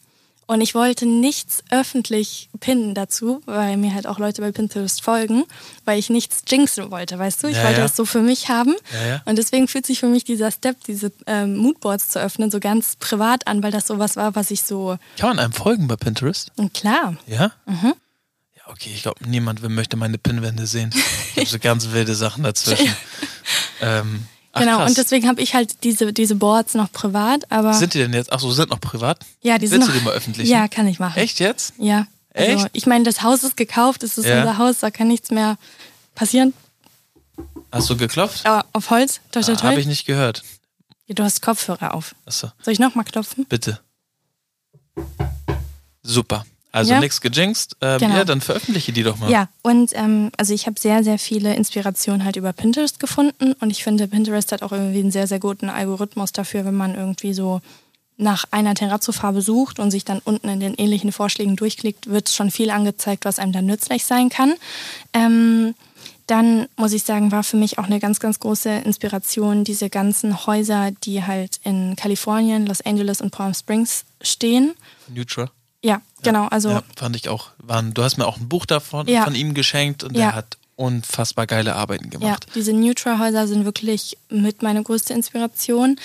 Speaker 2: Und ich wollte nichts öffentlich pinnen dazu, weil mir halt auch Leute bei Pinterest folgen, weil ich nichts jinxen wollte, weißt du? Ich
Speaker 1: Ja,
Speaker 2: wollte
Speaker 1: ja.
Speaker 2: das so für mich haben.
Speaker 1: Ja, ja.
Speaker 2: Und deswegen fühlt sich für mich dieser Step, diese ähm, Moodboards zu öffnen, so ganz privat an, weil das sowas war, was ich so.
Speaker 1: Kann man einem folgen bei Pinterest?
Speaker 2: Und klar.
Speaker 1: Ja?
Speaker 2: Mhm.
Speaker 1: Ja, okay, ich glaube, niemand möchte meine Pinwände sehen. Ich habe so ganz wilde Sachen dazwischen. ähm, ach,
Speaker 2: genau.
Speaker 1: krass.
Speaker 2: Und deswegen habe ich halt diese, diese Boards noch privat, aber.
Speaker 1: sind die denn jetzt? Ach so, sind noch privat?
Speaker 2: ja, die sind
Speaker 1: Willst
Speaker 2: noch,
Speaker 1: du die mal öffentlich?
Speaker 2: Ja, kann ich machen.
Speaker 1: Echt jetzt?
Speaker 2: Ja. Also,
Speaker 1: Echt?
Speaker 2: ich meine, das Haus ist gekauft, es ist
Speaker 1: Ja.
Speaker 2: unser Haus, da kann nichts mehr passieren.
Speaker 1: Hast du geklopft?
Speaker 2: Aber auf Holz, toi, toi,
Speaker 1: Ah, Habe
Speaker 2: toi.
Speaker 1: ich nicht gehört.
Speaker 2: Du hast Kopfhörer auf.
Speaker 1: Achso,
Speaker 2: Soll ich nochmal klopfen?
Speaker 1: bitte. Super. Also
Speaker 2: Ja.
Speaker 1: nichts gejinxt. Ähm,
Speaker 2: Genau.
Speaker 1: Ja, dann veröffentliche die doch mal.
Speaker 2: Ja, und ähm, also ich habe sehr, sehr viele Inspirationen halt über Pinterest gefunden und ich finde, Pinterest hat auch irgendwie einen sehr, sehr guten Algorithmus dafür, wenn man irgendwie so nach einer Terrazzo-Farbe sucht und sich dann unten in den ähnlichen Vorschlägen durchklickt, wird schon viel angezeigt, was einem dann nützlich sein kann. Ähm, dann muss ich sagen, war für mich auch eine ganz, ganz große Inspiration diese ganzen Häuser, die halt in Kalifornien, Los Angeles und Palm Springs stehen.
Speaker 1: Neutral.
Speaker 2: Ja, genau. Also
Speaker 1: ja, fand ich auch. Waren, du hast mir auch ein Buch davon
Speaker 2: Ja.
Speaker 1: von ihm geschenkt und
Speaker 2: Ja.
Speaker 1: er hat unfassbar geile Arbeiten gemacht.
Speaker 2: Ja, diese Neutra-Häuser sind wirklich mit meine größte Inspiration.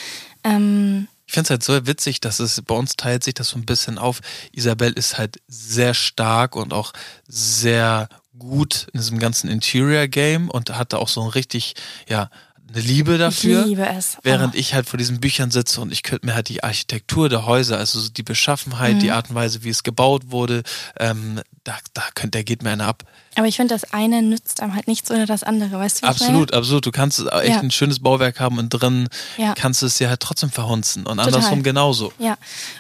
Speaker 2: Ähm,
Speaker 1: Ich finde es halt so witzig, dass es bei uns teilt sich das so ein bisschen auf. Isabel ist halt sehr stark und auch sehr gut in diesem ganzen Interior-Game und hat da auch so ein richtig, ja, eine Liebe dafür.
Speaker 2: Ich liebe es.
Speaker 1: Während
Speaker 2: Oh.
Speaker 1: ich halt vor diesen Büchern sitze und ich könnte mir halt die Architektur der Häuser, also so die Beschaffenheit,
Speaker 2: Mhm.
Speaker 1: die Art und Weise, wie es gebaut wurde, ähm, da, da, könnt, da geht mir einer ab.
Speaker 2: Aber ich finde, das eine nützt einem halt nichts ohne das andere, weißt du? wie ich meine?
Speaker 1: Absolut, absolut. Du kannst echt
Speaker 2: Ja.
Speaker 1: ein schönes Bauwerk haben und drin
Speaker 2: Ja.
Speaker 1: kannst du es dir halt trotzdem verhunzen. Und
Speaker 2: Total.
Speaker 1: andersrum genauso.
Speaker 2: Ja,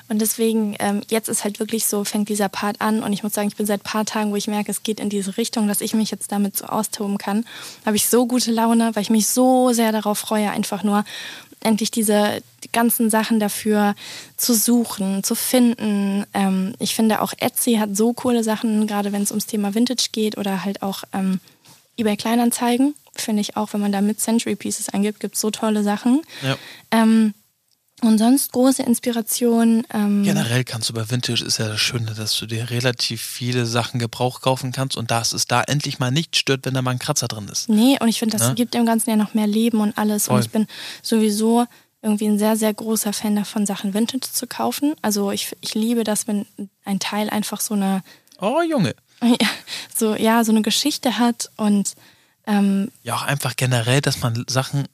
Speaker 2: und deswegen, ähm, jetzt ist halt wirklich so, fängt dieser Part an und ich muss sagen, ich bin seit paar Tagen, wo ich merke, es geht in diese Richtung, dass ich mich jetzt damit so austoben kann, habe ich so gute Laune, weil ich mich so sehr darauf freue, einfach nur endlich diese ganzen Sachen dafür zu suchen, zu finden. Ähm, ich finde auch Etsy hat so coole Sachen, gerade wenn es ums Thema Vintage geht oder halt auch ähm, eBay Kleinanzeigen, finde ich auch, wenn man da mit Century Pieces eingibt, gibt es so tolle Sachen.
Speaker 1: Ja.
Speaker 2: Ähm, und sonst große Inspiration. Ähm,
Speaker 1: Generell kannst du bei Vintage ist ja das Schöne, dass du dir relativ viele Sachen Gebrauch kaufen kannst und dass es da endlich mal nicht stört, wenn da mal ein Kratzer drin ist.
Speaker 2: Nee, und ich finde, das
Speaker 1: Ne?
Speaker 2: gibt dem Ganzen ja noch mehr Leben und alles.
Speaker 1: Voll.
Speaker 2: Und ich bin sowieso irgendwie ein sehr, sehr großer Fan davon, Sachen Vintage zu kaufen. Also ich, ich liebe das, wenn ein Teil einfach so eine,
Speaker 1: Oh Junge.
Speaker 2: so, ja, so eine Geschichte hat und ähm,
Speaker 1: Ja, auch einfach generell, dass man Sachen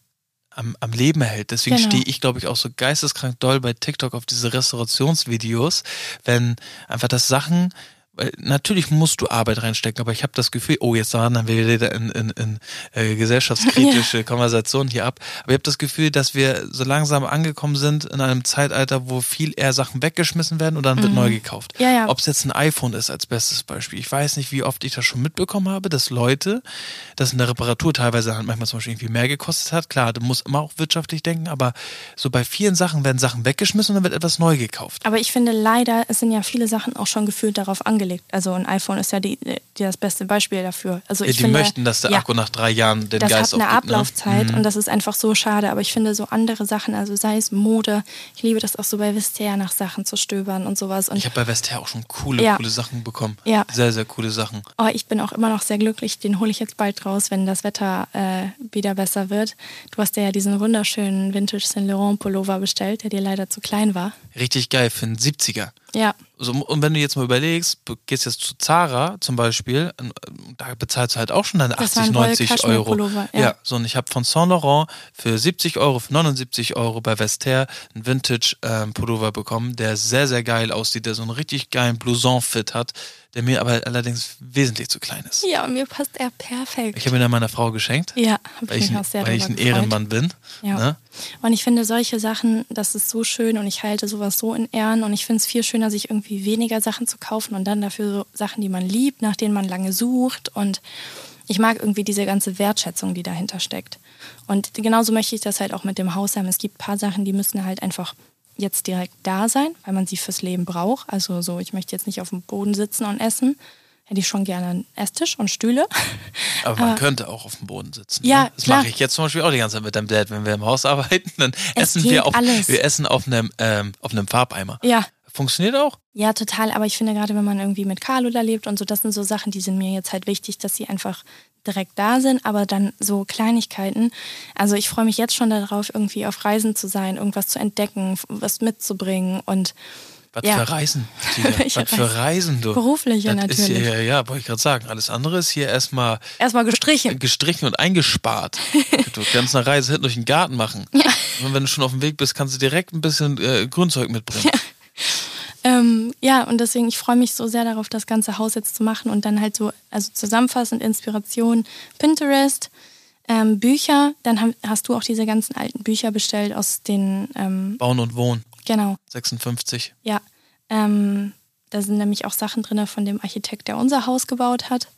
Speaker 1: am, am Leben erhält. Deswegen
Speaker 2: Genau.
Speaker 1: stehe ich, glaube ich, auch so geisteskrank doll bei TikTok auf diese Restaurationsvideos, wenn einfach das Sachen, weil natürlich musst du Arbeit reinstecken, aber ich habe das Gefühl, oh, jetzt wandern wir wieder in, in, in äh, gesellschaftskritische Konversationen hier ab, aber ich habe das Gefühl, dass wir so langsam angekommen sind in einem Zeitalter, wo viel eher Sachen weggeschmissen werden und dann wird neu gekauft.
Speaker 2: Ja, ja.
Speaker 1: Ob es jetzt ein iPhone ist als bestes Beispiel. Ich weiß nicht, wie oft ich das schon mitbekommen habe, dass Leute, dass eine Reparatur teilweise halt manchmal zum Beispiel irgendwie mehr gekostet hat. Klar, du musst immer auch wirtschaftlich denken, aber so bei vielen Sachen werden Sachen weggeschmissen und dann wird etwas neu gekauft.
Speaker 2: aber ich finde leider, es sind ja viele Sachen auch schon gefühlt darauf angelegt. Also ein iPhone ist ja die, die das beste Beispiel dafür. Also
Speaker 1: Ja,
Speaker 2: ich
Speaker 1: die
Speaker 2: finde,
Speaker 1: möchten, dass der
Speaker 2: ja.
Speaker 1: Akku nach drei Jahren den
Speaker 2: das
Speaker 1: Geist
Speaker 2: hat eine
Speaker 1: aufgibt, ne?
Speaker 2: Ablaufzeit und das ist einfach so schade. Aber ich finde so andere Sachen, also sei es Mode, ich liebe das auch so bei Vistea nach Sachen zu stöbern und sowas. Und
Speaker 1: Ich habe bei Westher auch schon coole,
Speaker 2: Ja.
Speaker 1: coole Sachen bekommen.
Speaker 2: Ja.
Speaker 1: Sehr, sehr coole Sachen.
Speaker 2: oh, ich bin auch immer noch sehr glücklich, den hole ich jetzt bald raus, wenn das Wetter äh, wieder besser wird. Du hast dir ja diesen wunderschönen Vintage Saint Laurent Pullover bestellt, der dir leider zu klein war.
Speaker 1: Richtig geil für einen 70er.
Speaker 2: Ja,
Speaker 1: So, und wenn du jetzt mal überlegst, du gehst jetzt zu Zara zum Beispiel, ähm, da bezahlst du halt auch schon deine
Speaker 2: Das
Speaker 1: 80,
Speaker 2: war ein Royal
Speaker 1: 90
Speaker 2: Cashmere
Speaker 1: Euro.
Speaker 2: Pullover,
Speaker 1: ja.
Speaker 2: ja.
Speaker 1: so und ich habe von Saint Laurent für 70 Euro, für 79 Euro bei Vestiaire einen Vintage-Pullover bekommen, der sehr, sehr geil aussieht, der so einen richtig geilen Blouson-Fit hat, der mir aber allerdings wesentlich zu klein ist.
Speaker 2: ja, mir passt er perfekt.
Speaker 1: Ich habe ihn dann meiner Frau geschenkt,
Speaker 2: ja, habe
Speaker 1: weil
Speaker 2: ich
Speaker 1: ich,
Speaker 2: mich auch sehr
Speaker 1: weil ich
Speaker 2: drüber
Speaker 1: ein
Speaker 2: gefreut.
Speaker 1: Ehrenmann bin.
Speaker 2: Ja.
Speaker 1: Ne?
Speaker 2: Und ich finde solche Sachen, das ist so schön und ich halte sowas so in Ehren und ich finde es viel schöner, sich irgendwie weniger Sachen zu kaufen und dann dafür so Sachen, die man liebt, nach denen man lange sucht und ich mag irgendwie diese ganze Wertschätzung, die dahinter steckt. Und genauso möchte ich das halt auch mit dem Haus haben. Es gibt ein paar Sachen, die müssen halt einfach jetzt direkt da sein, weil man sie fürs Leben braucht. Also so, ich möchte jetzt nicht auf dem Boden sitzen und essen. Hätte ich schon gerne einen Esstisch und Stühle.
Speaker 1: Aber man könnte auch auf dem Boden sitzen.
Speaker 2: Ah. Ja,
Speaker 1: ne? Das
Speaker 2: klar.
Speaker 1: mache ich jetzt zum Beispiel auch die ganze Zeit mit deinem Dad. Wenn wir im Haus arbeiten, dann
Speaker 2: Es
Speaker 1: essen
Speaker 2: geht
Speaker 1: wir auf,
Speaker 2: alles.
Speaker 1: wir essen auf einem, ähm, auf einem Farbeimer.
Speaker 2: Ja,
Speaker 1: Funktioniert auch.
Speaker 2: Ja, total. Aber ich finde gerade, wenn man irgendwie mit Carlo da lebt und so, das sind so Sachen, die sind mir jetzt halt wichtig, dass sie einfach direkt da sind, aber dann so Kleinigkeiten. Also ich freue mich jetzt schon darauf, irgendwie auf Reisen zu sein, irgendwas zu entdecken, f- was mitzubringen und
Speaker 1: Was
Speaker 2: Ja.
Speaker 1: für Reisen, Tina.
Speaker 2: Welche
Speaker 1: Was für Reisen, du.
Speaker 2: Berufliche
Speaker 1: das ist
Speaker 2: natürlich.
Speaker 1: hier, ja, ja, wollte ich gerade sagen. Alles andere ist hier erstmal
Speaker 2: erstmal
Speaker 1: Äh,
Speaker 2: gestrichen.
Speaker 1: gestrichen und eingespart. du kannst eine Reise hinten durch den Garten machen. Und wenn du schon auf dem Weg bist, kannst du direkt ein bisschen äh, Grünzeug mitbringen.
Speaker 2: Ähm, ja, und deswegen, ich freue mich so sehr darauf, das ganze Haus jetzt zu machen und dann halt so, also zusammenfassend Inspiration, Pinterest, ähm, Bücher. Dann ha- hast du auch diese ganzen alten Bücher bestellt aus den, ähm,
Speaker 1: Bauen und Wohnen.
Speaker 2: genau.
Speaker 1: 56.
Speaker 2: Ja, ähm, da sind nämlich auch Sachen drin von dem Architekt, der unser Haus gebaut hat.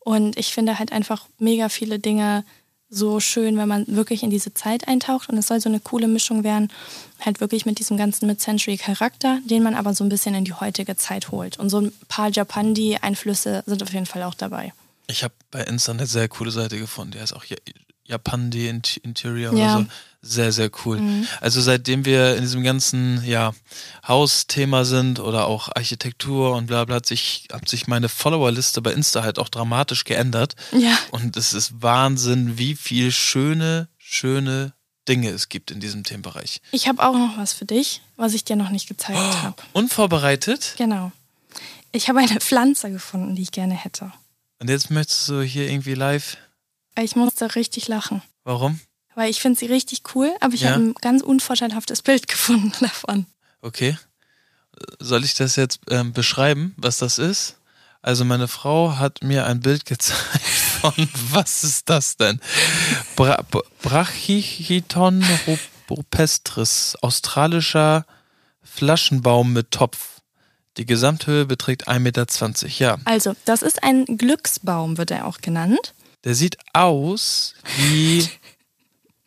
Speaker 2: Und ich finde halt einfach mega viele Dinge so schön, wenn man wirklich in diese Zeit eintaucht. Und es soll so eine coole Mischung werden, halt wirklich mit diesem ganzen Mid-Century-Charakter, den man aber so ein bisschen in die heutige Zeit holt. Und so ein paar Japandi-Einflüsse sind auf jeden Fall auch dabei.
Speaker 1: Ich habe bei Insta eine sehr coole Seite gefunden. Die heißt auch Ja- Japan die In Interior
Speaker 2: Ja.
Speaker 1: oder so. Sehr, sehr cool.
Speaker 2: Mhm.
Speaker 1: Also seitdem wir in diesem ganzen ja, Hausthema sind oder auch Architektur und bla bla, hat sich, hat sich meine Followerliste bei Insta halt auch dramatisch geändert.
Speaker 2: Ja,
Speaker 1: Und es ist Wahnsinn, wie viel schöne, schöne Dinge es gibt in diesem Themenbereich.
Speaker 2: ich habe auch noch was für dich, was ich dir noch nicht gezeigt habe.
Speaker 1: Unvorbereitet.
Speaker 2: Genau. Ich habe eine Pflanze gefunden, die ich gerne hätte.
Speaker 1: Und jetzt möchtest du hier irgendwie live.
Speaker 2: Ich musste richtig lachen,
Speaker 1: Warum?
Speaker 2: weil ich finde sie richtig cool, aber ich
Speaker 1: Ja.
Speaker 2: habe ein ganz unvorteilhaftes Bild gefunden davon.
Speaker 1: Okay. Soll ich das jetzt ähm, beschreiben, was das ist? Also meine Frau hat mir ein Bild gezeigt von, was ist das denn? Bra Br- Brachichiton rup- rupestris, australischer Flaschenbaum mit Topf. Die Gesamthöhe beträgt 1,20 Meter. Ja,
Speaker 2: Also, das ist ein Glücksbaum, wird er auch genannt.
Speaker 1: der sieht aus wie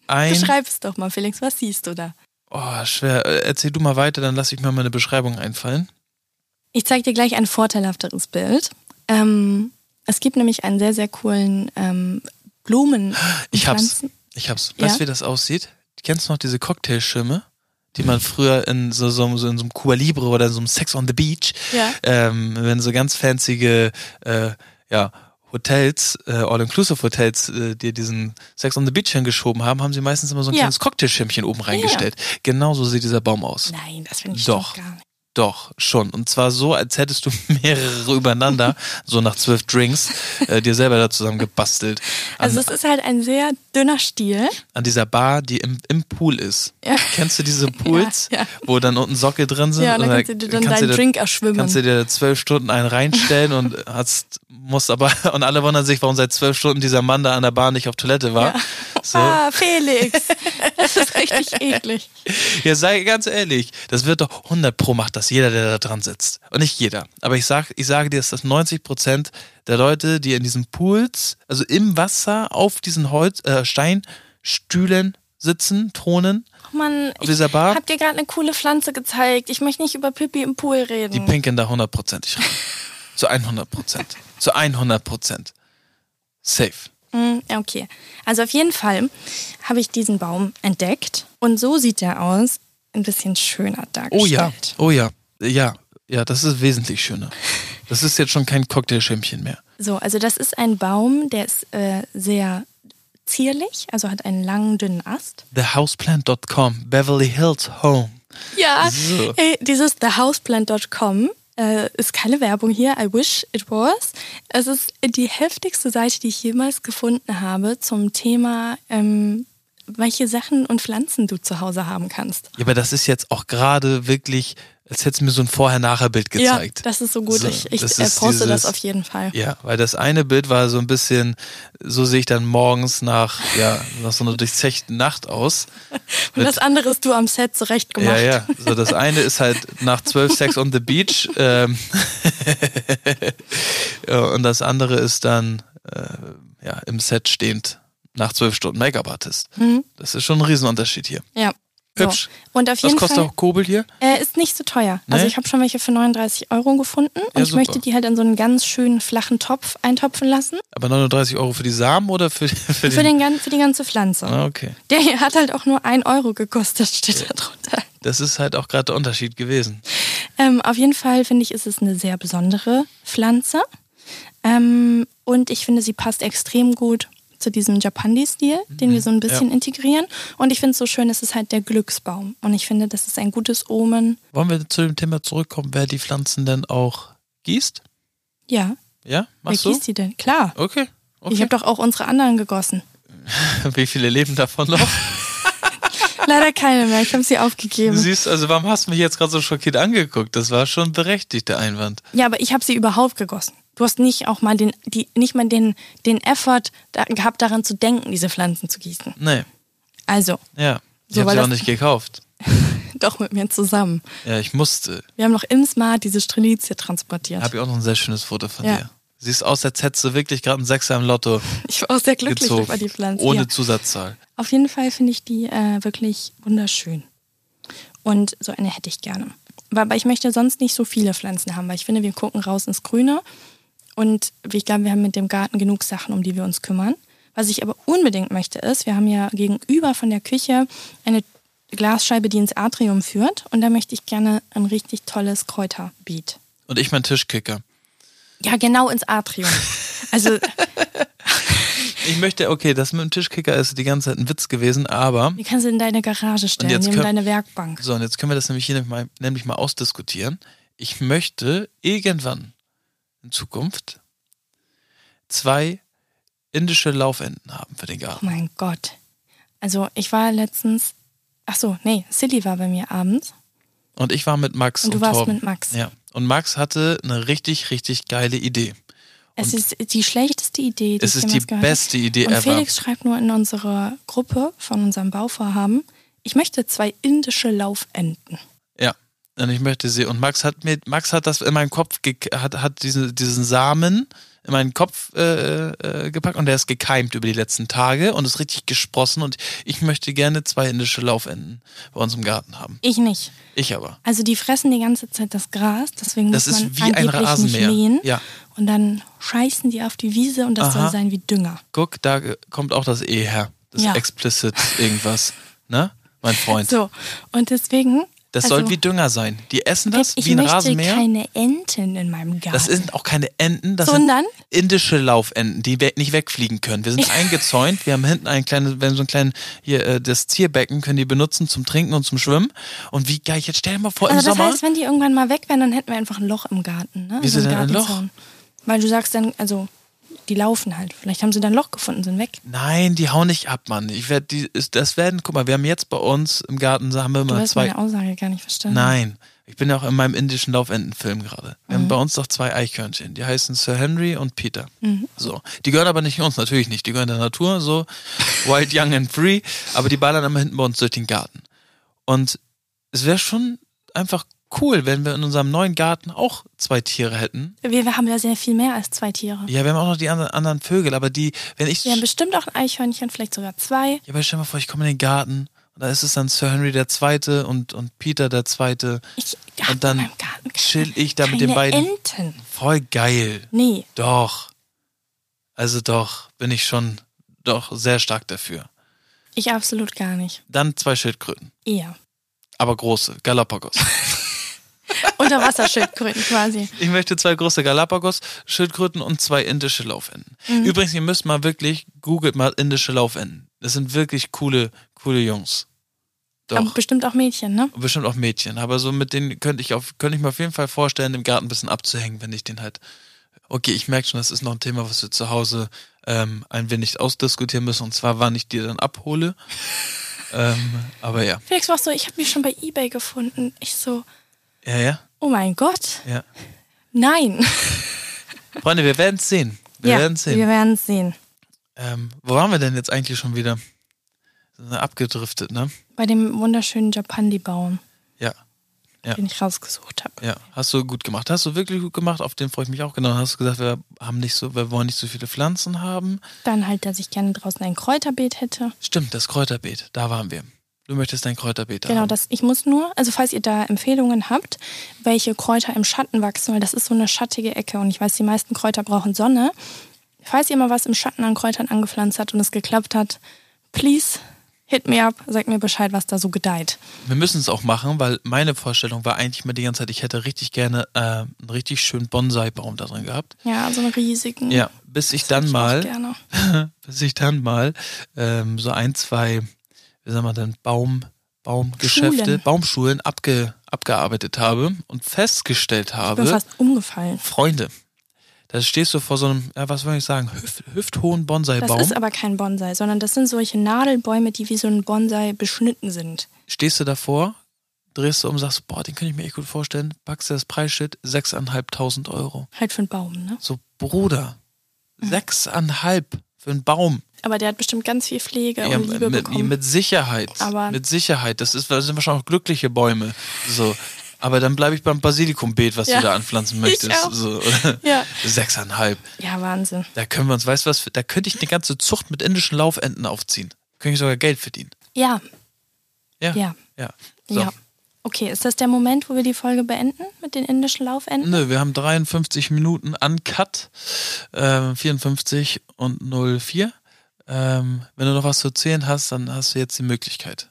Speaker 1: ein...
Speaker 2: Beschreib es doch mal, Felix, was siehst du da?
Speaker 1: Oh, schwer. Äh, Erzähl du mal weiter, dann lasse ich mir mal eine Beschreibung einfallen.
Speaker 2: Ich zeige dir gleich ein vorteilhafteres Bild. Ähm, es gibt nämlich einen sehr, sehr coolen ähm, Blumen.
Speaker 1: Ich hab's.
Speaker 2: Pflanzen-
Speaker 1: Ich hab's.
Speaker 2: Ja?
Speaker 1: Weißt du, wie das aussieht? Kennst du noch diese Cocktailschirme, die man früher in so, so, so in so einem Cuba Libre oder in so einem Sex on the Beach,
Speaker 2: Ja.
Speaker 1: ähm, wenn so ganz fancy äh, ja, Hotels, äh, All-Inclusive-Hotels, äh, dir diesen Sex on the Beach hingeschoben haben, haben sie meistens immer so ein
Speaker 2: Ja.
Speaker 1: kleines Cocktailschirmchen oben reingestellt. Genauso sieht dieser Baum aus.
Speaker 2: Nein, das finde ich
Speaker 1: Doch.
Speaker 2: doch gar nicht.
Speaker 1: Doch, schon. Und zwar so, als hättest du mehrere übereinander, so nach zwölf Drinks, äh, dir selber da zusammen gebastelt. An,
Speaker 2: Also, es ist halt ein sehr dünner Stiel.
Speaker 1: an dieser Bar, die im, im Pool ist.
Speaker 2: Ja.
Speaker 1: Kennst du diese Pools,
Speaker 2: ja.
Speaker 1: wo dann unten Socke drin sind?
Speaker 2: Ja, und dann
Speaker 1: Und
Speaker 2: kannst du dir dann
Speaker 1: kannst
Speaker 2: deinen
Speaker 1: dir-
Speaker 2: Drink erschwimmen.
Speaker 1: Kannst du dir zwölf Stunden einen reinstellen und hast, musst aber, und alle wundern sich, warum seit zwölf Stunden dieser Mann da an der Bar nicht auf Toilette war. So.
Speaker 2: Ah, Felix. Das ist richtig eklig.
Speaker 1: Ja, sei ganz ehrlich, das wird doch 100 pro macht das jeder, der da dran sitzt. Und nicht jeder. Aber ich sag, ich sage dir, dass das 90 Prozent der Leute, die in diesen Pools, also im Wasser, auf diesen Holz, äh, Steinstühlen sitzen, Thronen,
Speaker 2: Oh Mann,
Speaker 1: Auf dieser Bar?
Speaker 2: ich hab dir gerade eine coole Pflanze gezeigt. Ich möchte nicht über Pippi im Pool reden.
Speaker 1: Die pinken da hundertprozentig rein. Zu 100 Prozent. Zu 100 Prozent. Safe.
Speaker 2: Hm, ja, okay. Also auf jeden Fall habe ich diesen Baum entdeckt und so sieht er aus. Ein bisschen schöner dargestellt.
Speaker 1: Oh ja. Oh ja. Ja. Ja, das ist wesentlich schöner. Das ist jetzt schon kein Cocktailschirmchen mehr.
Speaker 2: So, also das ist ein Baum, der ist äh, sehr zierlich, also hat einen langen, dünnen Ast.
Speaker 1: TheHouseplant.com, Beverly Hills Home.
Speaker 2: Ja,
Speaker 1: So.
Speaker 2: ey, Äh, dieses thehouseplanet.com äh, ist keine Werbung hier. I wish it was. Es ist die heftigste Seite, die ich jemals gefunden habe zum Thema, ähm, welche Sachen und Pflanzen du zu Hause haben kannst.
Speaker 1: Ja, aber das ist jetzt auch gerade wirklich, als hättest du mir so ein Vorher-Nachher-Bild gezeigt.
Speaker 2: Ja, das ist so gut.
Speaker 1: So,
Speaker 2: ich ich
Speaker 1: das
Speaker 2: äh,
Speaker 1: ist
Speaker 2: poste
Speaker 1: dieses-
Speaker 2: das auf jeden Fall.
Speaker 1: Ja, weil das eine Bild war so ein bisschen, so sehe ich dann morgens nach, ja, nach so einer durchzechten Nacht aus.
Speaker 2: Und das andere ist du am Set zurecht gemacht.
Speaker 1: Ja, ja. So, das eine ist halt nach 12 Sex on the Beach ähm, ja, und das andere ist dann äh, ja, im Set stehend nach 12 Stunden Make-up-Artist. Das ist schon ein Riesenunterschied hier.
Speaker 2: Ja.
Speaker 1: Hübsch.
Speaker 2: Mhm. So. Und auf
Speaker 1: Was
Speaker 2: jeden
Speaker 1: kostet
Speaker 2: Fall
Speaker 1: auch Kobel hier?
Speaker 2: äh, ist nicht so teuer.
Speaker 1: Nee?
Speaker 2: Also ich habe schon welche für 39 Euro gefunden und
Speaker 1: Ja,
Speaker 2: ich
Speaker 1: super.
Speaker 2: möchte die halt in so einen ganz schönen flachen Topf eintopfen lassen
Speaker 1: Aber 39 Euro für die Samen oder für, für,
Speaker 2: für, den, gan- für die ganze Pflanze.
Speaker 1: Ah, okay.
Speaker 2: Der hier hat halt auch nur 1 Euro gekostet, steht da drunter.
Speaker 1: Das ist halt auch gerade der Unterschied gewesen.
Speaker 2: Ähm, auf jeden Fall finde ich, ist es eine sehr besondere Pflanze. Ähm, und ich finde, sie passt extrem gut zu diesem Japandi-Stil, den
Speaker 1: Mhm.
Speaker 2: wir so ein bisschen integrieren. Und ich finde es so schön, es ist halt der Glücksbaum. Und ich finde, das ist ein gutes Omen.
Speaker 1: Wollen wir zu dem Thema zurückkommen, wer die Pflanzen denn auch gießt?
Speaker 2: Ja,
Speaker 1: Ja,
Speaker 2: wer
Speaker 1: machst du?
Speaker 2: gießt die denn? Klar.
Speaker 1: Okay.
Speaker 2: Ich habe
Speaker 1: okay.
Speaker 2: doch auch unsere anderen gegossen.
Speaker 1: Wie viele leben davon noch?
Speaker 2: Leider keine mehr, ich habe sie
Speaker 1: Du
Speaker 2: aufgegeben.
Speaker 1: siehst, also warum hast du mich jetzt gerade so schockiert angeguckt? Das war schon berechtigt, der Einwand.
Speaker 2: Ja, aber ich habe sie überhaupt gegossen. Du hast nicht auch mal den, die, nicht mal den, den Effort da, gehabt, daran zu denken, diese Pflanzen zu gießen.
Speaker 1: Nee,
Speaker 2: Also,
Speaker 1: ja. Ich
Speaker 2: So,
Speaker 1: habe
Speaker 2: weil
Speaker 1: sie auch
Speaker 2: das-
Speaker 1: nicht gekauft.
Speaker 2: doch mit mir zusammen.
Speaker 1: Ja, ich musste.
Speaker 2: Wir haben noch im Smart diese Strelizie transportiert.
Speaker 1: Habe ich auch noch ein sehr schönes Foto von
Speaker 2: Ja.
Speaker 1: dir. Siehst aus, als hättest du wirklich gerade einen Sechser im Lotto
Speaker 2: ich war auch sehr glücklich
Speaker 1: gezogen.
Speaker 2: über die Pflanze.
Speaker 1: Ohne
Speaker 2: ja.
Speaker 1: Zusatzzahl.
Speaker 2: Auf jeden Fall finde ich die äh, wirklich wunderschön. Und so eine hätte ich gerne. Aber ich möchte sonst nicht so viele Pflanzen haben, weil ich finde, wir gucken raus ins Grüne. Und ich glaube, wir haben mit dem Garten genug Sachen, um die wir uns kümmern. Was ich aber unbedingt möchte ist, wir haben ja gegenüber von der Küche eine Glasscheibe, die ins Atrium führt und da möchte ich gerne ein richtig tolles Kräuterbeet.
Speaker 1: Und ich mein Tischkicker.
Speaker 2: Ja, genau ins Atrium. Also
Speaker 1: Ich möchte, okay, das mit dem Tischkicker ist die ganze Zeit ein Witz gewesen, aber.
Speaker 2: die kannst du in deine Garage stellen,
Speaker 1: jetzt
Speaker 2: neben
Speaker 1: können-
Speaker 2: deine Werkbank.
Speaker 1: So, und jetzt können wir das nämlich hier nämlich mal, nämlich mal ausdiskutieren. Ich möchte irgendwann in Zukunft zwei indische Laufenden haben für den
Speaker 2: Oh
Speaker 1: Garten.
Speaker 2: mein Gott. Also ich war letztens, ach so, nee, Silly war bei mir abends
Speaker 1: Und ich war mit Max und,
Speaker 2: und du warst
Speaker 1: Torben.
Speaker 2: mit Max.
Speaker 1: ja. Und Max hatte eine richtig, richtig geile Idee.
Speaker 2: Es ist die schlechteste Idee, die
Speaker 1: Es ist
Speaker 2: ich
Speaker 1: die
Speaker 2: jemals gehört habe.
Speaker 1: beste Idee
Speaker 2: Und
Speaker 1: ever.
Speaker 2: Felix schreibt nur in unsere Gruppe von unserem Bauvorhaben, ich möchte zwei indische Laufenten.
Speaker 1: Ja. Und ich möchte sie. Und Max hat mir, Max hat das in meinen Kopf, gek- hat, hat diesen, diesen Samen in meinen Kopf äh, äh, gepackt und der ist gekeimt über die letzten Tage und ist richtig gesprossen und ich möchte gerne zwei indische Laufenden bei uns im Garten haben.
Speaker 2: Ich nicht.
Speaker 1: Ich aber.
Speaker 2: Also die fressen die ganze Zeit das Gras, deswegen
Speaker 1: Das
Speaker 2: muss
Speaker 1: ist
Speaker 2: man
Speaker 1: wie ein
Speaker 2: angeblich
Speaker 1: Rasenmäher.
Speaker 2: nicht mähen.
Speaker 1: Ja.
Speaker 2: Und dann scheißen die auf die Wiese und das
Speaker 1: Aha.
Speaker 2: soll sein wie Dünger.
Speaker 1: Guck, da ge- kommt auch das E her. Das
Speaker 2: Ja.
Speaker 1: explicit irgendwas. Ne? Mein Freund.
Speaker 2: So, und deswegen.
Speaker 1: Das
Speaker 2: also,
Speaker 1: soll wie Dünger sein. Die essen das
Speaker 2: Ich
Speaker 1: wie ein
Speaker 2: möchte
Speaker 1: Rasenmäher.
Speaker 2: keine Enten in meinem Garten.
Speaker 1: Das sind auch keine Enten, das
Speaker 2: Sondern?
Speaker 1: sind indische Laufenten, die we nicht wegfliegen können. Wir sind eingezäunt, wir haben hinten ein kleines, wir haben so ein kleines, hier, äh, das Zierbecken können die benutzen zum Trinken und zum Schwimmen. Und wie geil, jetzt stell dir mal vor, im
Speaker 2: also das
Speaker 1: Sommer,
Speaker 2: heißt, wenn die irgendwann mal weg wären, dann hätten wir einfach ein Loch im Garten. Ne?
Speaker 1: Wieso
Speaker 2: Also im
Speaker 1: denn ein Loch?
Speaker 2: Gartenzaun. Weil du sagst dann, also die laufen halt. Vielleicht haben sie dann ein Loch gefunden, sind weg.
Speaker 1: nein, die hauen nicht ab, Mann. Ich werd, die, ist- das werden, guck mal, wir haben jetzt bei uns im Garten, haben wir
Speaker 2: Du
Speaker 1: immer
Speaker 2: hast
Speaker 1: zwei,
Speaker 2: meine Aussage gar nicht verstanden.
Speaker 1: nein. Ich bin ja auch in meinem indischen Laufentenfilm gerade. Wir
Speaker 2: Mhm.
Speaker 1: haben bei uns doch zwei Eichhörnchen. Die heißen Sir Henry und Peter.
Speaker 2: Mhm.
Speaker 1: So. Die gehören aber nicht uns, natürlich nicht. Die gehören der Natur, so. Wild, young and free. Aber die ballern immer hinten bei uns durch den Garten. Und es wäre schon einfach cool, wenn wir in unserem neuen Garten auch zwei Tiere hätten.
Speaker 2: Wir, wir haben ja sehr viel mehr als zwei Tiere.
Speaker 1: Ja, wir haben auch noch die anderen, anderen Vögel, aber die, wenn ich.
Speaker 2: Wir haben bestimmt auch ein Eichhörnchen, vielleicht sogar zwei.
Speaker 1: Ja, aber stell dir mal vor, ich komme in den Garten und da ist es dann Sir Henry der Zweite und, und Peter der Zweite.
Speaker 2: Ich hab
Speaker 1: Und dann
Speaker 2: in meinem Garten keine-
Speaker 1: chill ich da mit den
Speaker 2: keine
Speaker 1: beiden.
Speaker 2: Enten.
Speaker 1: Voll geil.
Speaker 2: Nee.
Speaker 1: Doch. Also doch, bin ich schon doch sehr stark dafür.
Speaker 2: Ich absolut gar nicht.
Speaker 1: Dann zwei Schildkröten.
Speaker 2: Eher.
Speaker 1: Aber große, Galapagos.
Speaker 2: Unterwasserschildkröten quasi.
Speaker 1: Ich möchte zwei große Galapagos-Schildkröten und zwei indische Laufenden. Übrigens, ihr müsst mal wirklich, googelt mal indische Laufenden. Das sind wirklich coole, coole Jungs.
Speaker 2: Aber
Speaker 1: Doch.
Speaker 2: bestimmt auch Mädchen, ne?
Speaker 1: Bestimmt auch Mädchen. Aber so mit denen könnte ich, auf, könnte ich mir auf jeden Fall vorstellen, im Garten ein bisschen abzuhängen, wenn ich den halt. Okay, ich merke schon, das ist noch ein Thema, was wir zu Hause ähm, ein wenig ausdiskutieren müssen. Und zwar, wann ich die dann abhole. ähm, aber ja.
Speaker 2: Felix war so, ich habe mich schon bei Ebay gefunden. Ich so,
Speaker 1: Ja, ja,
Speaker 2: oh mein Gott,
Speaker 1: ja.
Speaker 2: nein.
Speaker 1: Freunde, wir werden es sehen. Wir werden es sehen.
Speaker 2: Wir werden es sehen.
Speaker 1: Ähm, wo waren wir denn jetzt eigentlich schon wieder? Sind wir Abgedriftet, ne?
Speaker 2: Bei dem wunderschönen Japandi-Baum,
Speaker 1: Ja, Ja.
Speaker 2: den ich rausgesucht habe.
Speaker 1: ja. Hast du gut gemacht. Hast du wirklich gut gemacht. Auf den freue ich mich auch genau. Hast du gesagt, wir haben nicht so, wir wollen nicht so viele Pflanzen haben.
Speaker 2: Dann halt, dass ich gerne draußen ein Kräuterbeet hätte.
Speaker 1: Stimmt, das Kräuterbeet. Da waren wir. Du möchtest dein Kräuterbeet
Speaker 2: Genau,
Speaker 1: haben.
Speaker 2: das, ich muss nur, also falls ihr da Empfehlungen habt, welche Kräuter im Schatten wachsen, weil das ist so eine schattige Ecke und ich weiß, die meisten Kräuter brauchen Sonne. Falls ihr mal was im Schatten an Kräutern angepflanzt habt und es geklappt hat, please hit me up, sagt mir Bescheid, was da so gedeiht.
Speaker 1: Wir müssen es auch machen, weil meine Vorstellung war eigentlich mal die ganze Zeit, ich hätte richtig gerne äh, einen richtig schönen Bonsai-Baum da drin gehabt.
Speaker 2: Ja, so einen riesigen.
Speaker 1: Ja, bis ich
Speaker 2: Mhm. Das hätte
Speaker 1: dann
Speaker 2: ich auch
Speaker 1: mal
Speaker 2: Gerne.
Speaker 1: bis ich dann mal ähm, so ein, zwei, wie sagen wir denn, Baum, Baumgeschäfte,
Speaker 2: Schulen.
Speaker 1: Baumschulen abge, abgearbeitet habe und festgestellt
Speaker 2: Ich bin
Speaker 1: habe,
Speaker 2: fast umgefallen.
Speaker 1: Freunde, da stehst du vor so einem, ja, was soll ich sagen, Hüft, hüfthohen
Speaker 2: Das
Speaker 1: Bonsai-Baum,
Speaker 2: ist aber kein Bonsai, sondern das sind solche Nadelbäume, die wie so ein Bonsai beschnitten sind.
Speaker 1: stehst du davor, drehst du um, sagst, boah, den könnte ich mir echt gut vorstellen, packst du das Preisschild, 6.500 Euro.
Speaker 2: Halt für einen Baum, ne?
Speaker 1: So, Bruder, 6.500 für einen Baum.
Speaker 2: Aber der hat bestimmt ganz viel Pflege
Speaker 1: Ja,
Speaker 2: und Liebe
Speaker 1: mit,
Speaker 2: bekommen.
Speaker 1: mit Sicherheit.
Speaker 2: Aber-
Speaker 1: mit Sicherheit. Das, ist, das sind wahrscheinlich auch glückliche Bäume. So. Aber dann bleibe ich beim Basilikumbeet, was
Speaker 2: Ja.
Speaker 1: du da anpflanzen
Speaker 2: Ich
Speaker 1: möchtest.
Speaker 2: auch.
Speaker 1: So.
Speaker 2: Ja.
Speaker 1: Sechseinhalb.
Speaker 2: ja, Wahnsinn.
Speaker 1: Da können wir uns, weißt du was, da könnte ich eine ganze Zucht mit indischen Laufenten aufziehen. Könnte ich sogar Geld verdienen.
Speaker 2: Ja,
Speaker 1: Ja.
Speaker 2: Ja.
Speaker 1: Ja. So.
Speaker 2: ja. Okay, ist das der Moment, wo wir die Folge beenden mit den indischen Laufenden?
Speaker 1: Nö, wir haben 53 Minuten uncut, ähm, 54 und 04. ähm, wenn du noch was zu erzählen hast, dann hast du jetzt die Möglichkeit.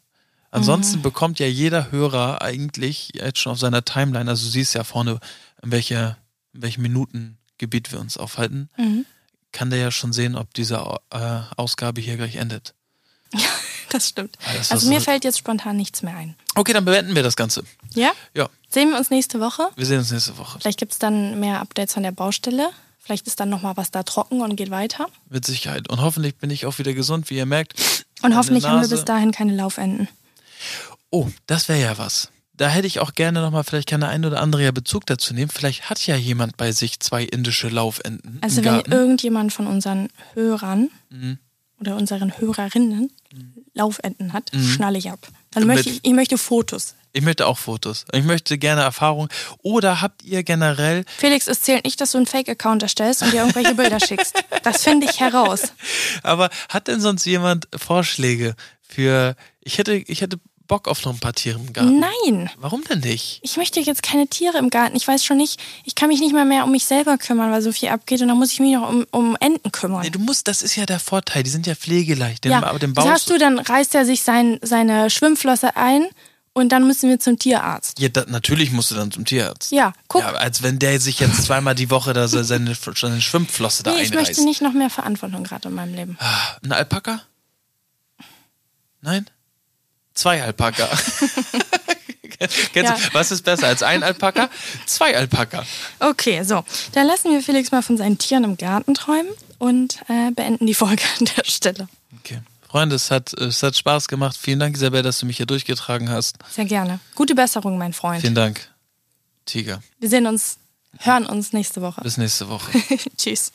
Speaker 1: Ansonsten
Speaker 2: Mhm.
Speaker 1: bekommt ja jeder Hörer eigentlich jetzt schon auf seiner Timeline, also du siehst ja vorne, in, welche, in welchem Minutengebiet wir uns aufhalten,
Speaker 2: Mhm.
Speaker 1: kann der ja schon sehen, ob diese Au- äh, Ausgabe hier gleich endet.
Speaker 2: Das stimmt.
Speaker 1: Alles,
Speaker 2: Also
Speaker 1: was-
Speaker 2: mir fällt jetzt spontan nichts mehr ein.
Speaker 1: Okay, dann beenden wir das Ganze.
Speaker 2: Ja?
Speaker 1: Ja,
Speaker 2: Sehen wir uns nächste Woche.
Speaker 1: wir sehen uns nächste Woche.
Speaker 2: Vielleicht gibt es dann mehr Updates von der Baustelle. Vielleicht ist dann nochmal was da trocken und geht weiter.
Speaker 1: Mit Sicherheit. Und hoffentlich bin ich auch wieder gesund, wie ihr merkt.
Speaker 2: Und
Speaker 1: Meine
Speaker 2: hoffentlich haben wir
Speaker 1: Nase-
Speaker 2: bis dahin keine Laufenden.
Speaker 1: Oh, das wäre ja was. Da hätte ich auch gerne nochmal, vielleicht kann der ein oder andere ja Bezug dazu nehmen. Vielleicht hat ja jemand bei sich zwei indische Laufenden.
Speaker 2: Also
Speaker 1: im
Speaker 2: wenn
Speaker 1: Garten. Mhm.
Speaker 2: irgendjemand von unseren Hörern oder unseren Hörerinnen Laufenden hat, schnalle ich ab. Dann
Speaker 1: Mhm. Mit-
Speaker 2: möchte ich, ich möchte Fotos.
Speaker 1: Ich möchte auch Fotos. Ich möchte gerne Erfahrung. Oder habt ihr generell,
Speaker 2: Felix, es zählt nicht, dass du einen Fake-Account erstellst und dir irgendwelche Bilder schickst. Das finde ich heraus.
Speaker 1: aber hat denn sonst jemand Vorschläge für, ich hätte, ich hätte Bock auf noch ein paar Tiere im Garten.
Speaker 2: Nein,
Speaker 1: Warum denn nicht?
Speaker 2: ich möchte jetzt keine Tiere im Garten. Ich weiß schon nicht, ich kann mich nicht mal mehr um mich selber kümmern, weil so viel abgeht und dann muss ich mich noch um, um Enten kümmern.
Speaker 1: Nee, du musst, das ist ja der Vorteil. Die sind ja pflegeleicht. Den, aber den
Speaker 2: sagst
Speaker 1: baust
Speaker 2: du, dann reißt er sich sein, seine Schwimmflosse ein und dann müssen wir zum Tierarzt.
Speaker 1: Ja, da, natürlich musst du dann zum Tierarzt.
Speaker 2: Ja, guck.
Speaker 1: Ja, als wenn der sich jetzt zweimal die Woche da so seine, seine Schwimmflosse da
Speaker 2: nee, ich
Speaker 1: einreißt.
Speaker 2: möchte nicht noch mehr Verantwortung gerade in meinem Leben.
Speaker 1: Ah, Ein Alpaka? Nein? Zwei Alpaka. Kennst
Speaker 2: Ja.
Speaker 1: du, was ist besser als ein Alpaka? Zwei Alpaka.
Speaker 2: Okay, so. Dann lassen wir Felix mal von seinen Tieren im Garten träumen und äh, beenden die Folge an der Stelle.
Speaker 1: Okay. Freunde, es hat, es hat Spaß gemacht. Vielen Dank, Isabel, dass du mich hier durchgetragen hast.
Speaker 2: Sehr gerne. Gute Besserung, mein Freund.
Speaker 1: Vielen Dank. Tiger.
Speaker 2: Wir sehen uns, hören uns nächste Woche.
Speaker 1: Bis nächste Woche.
Speaker 2: Tschüss.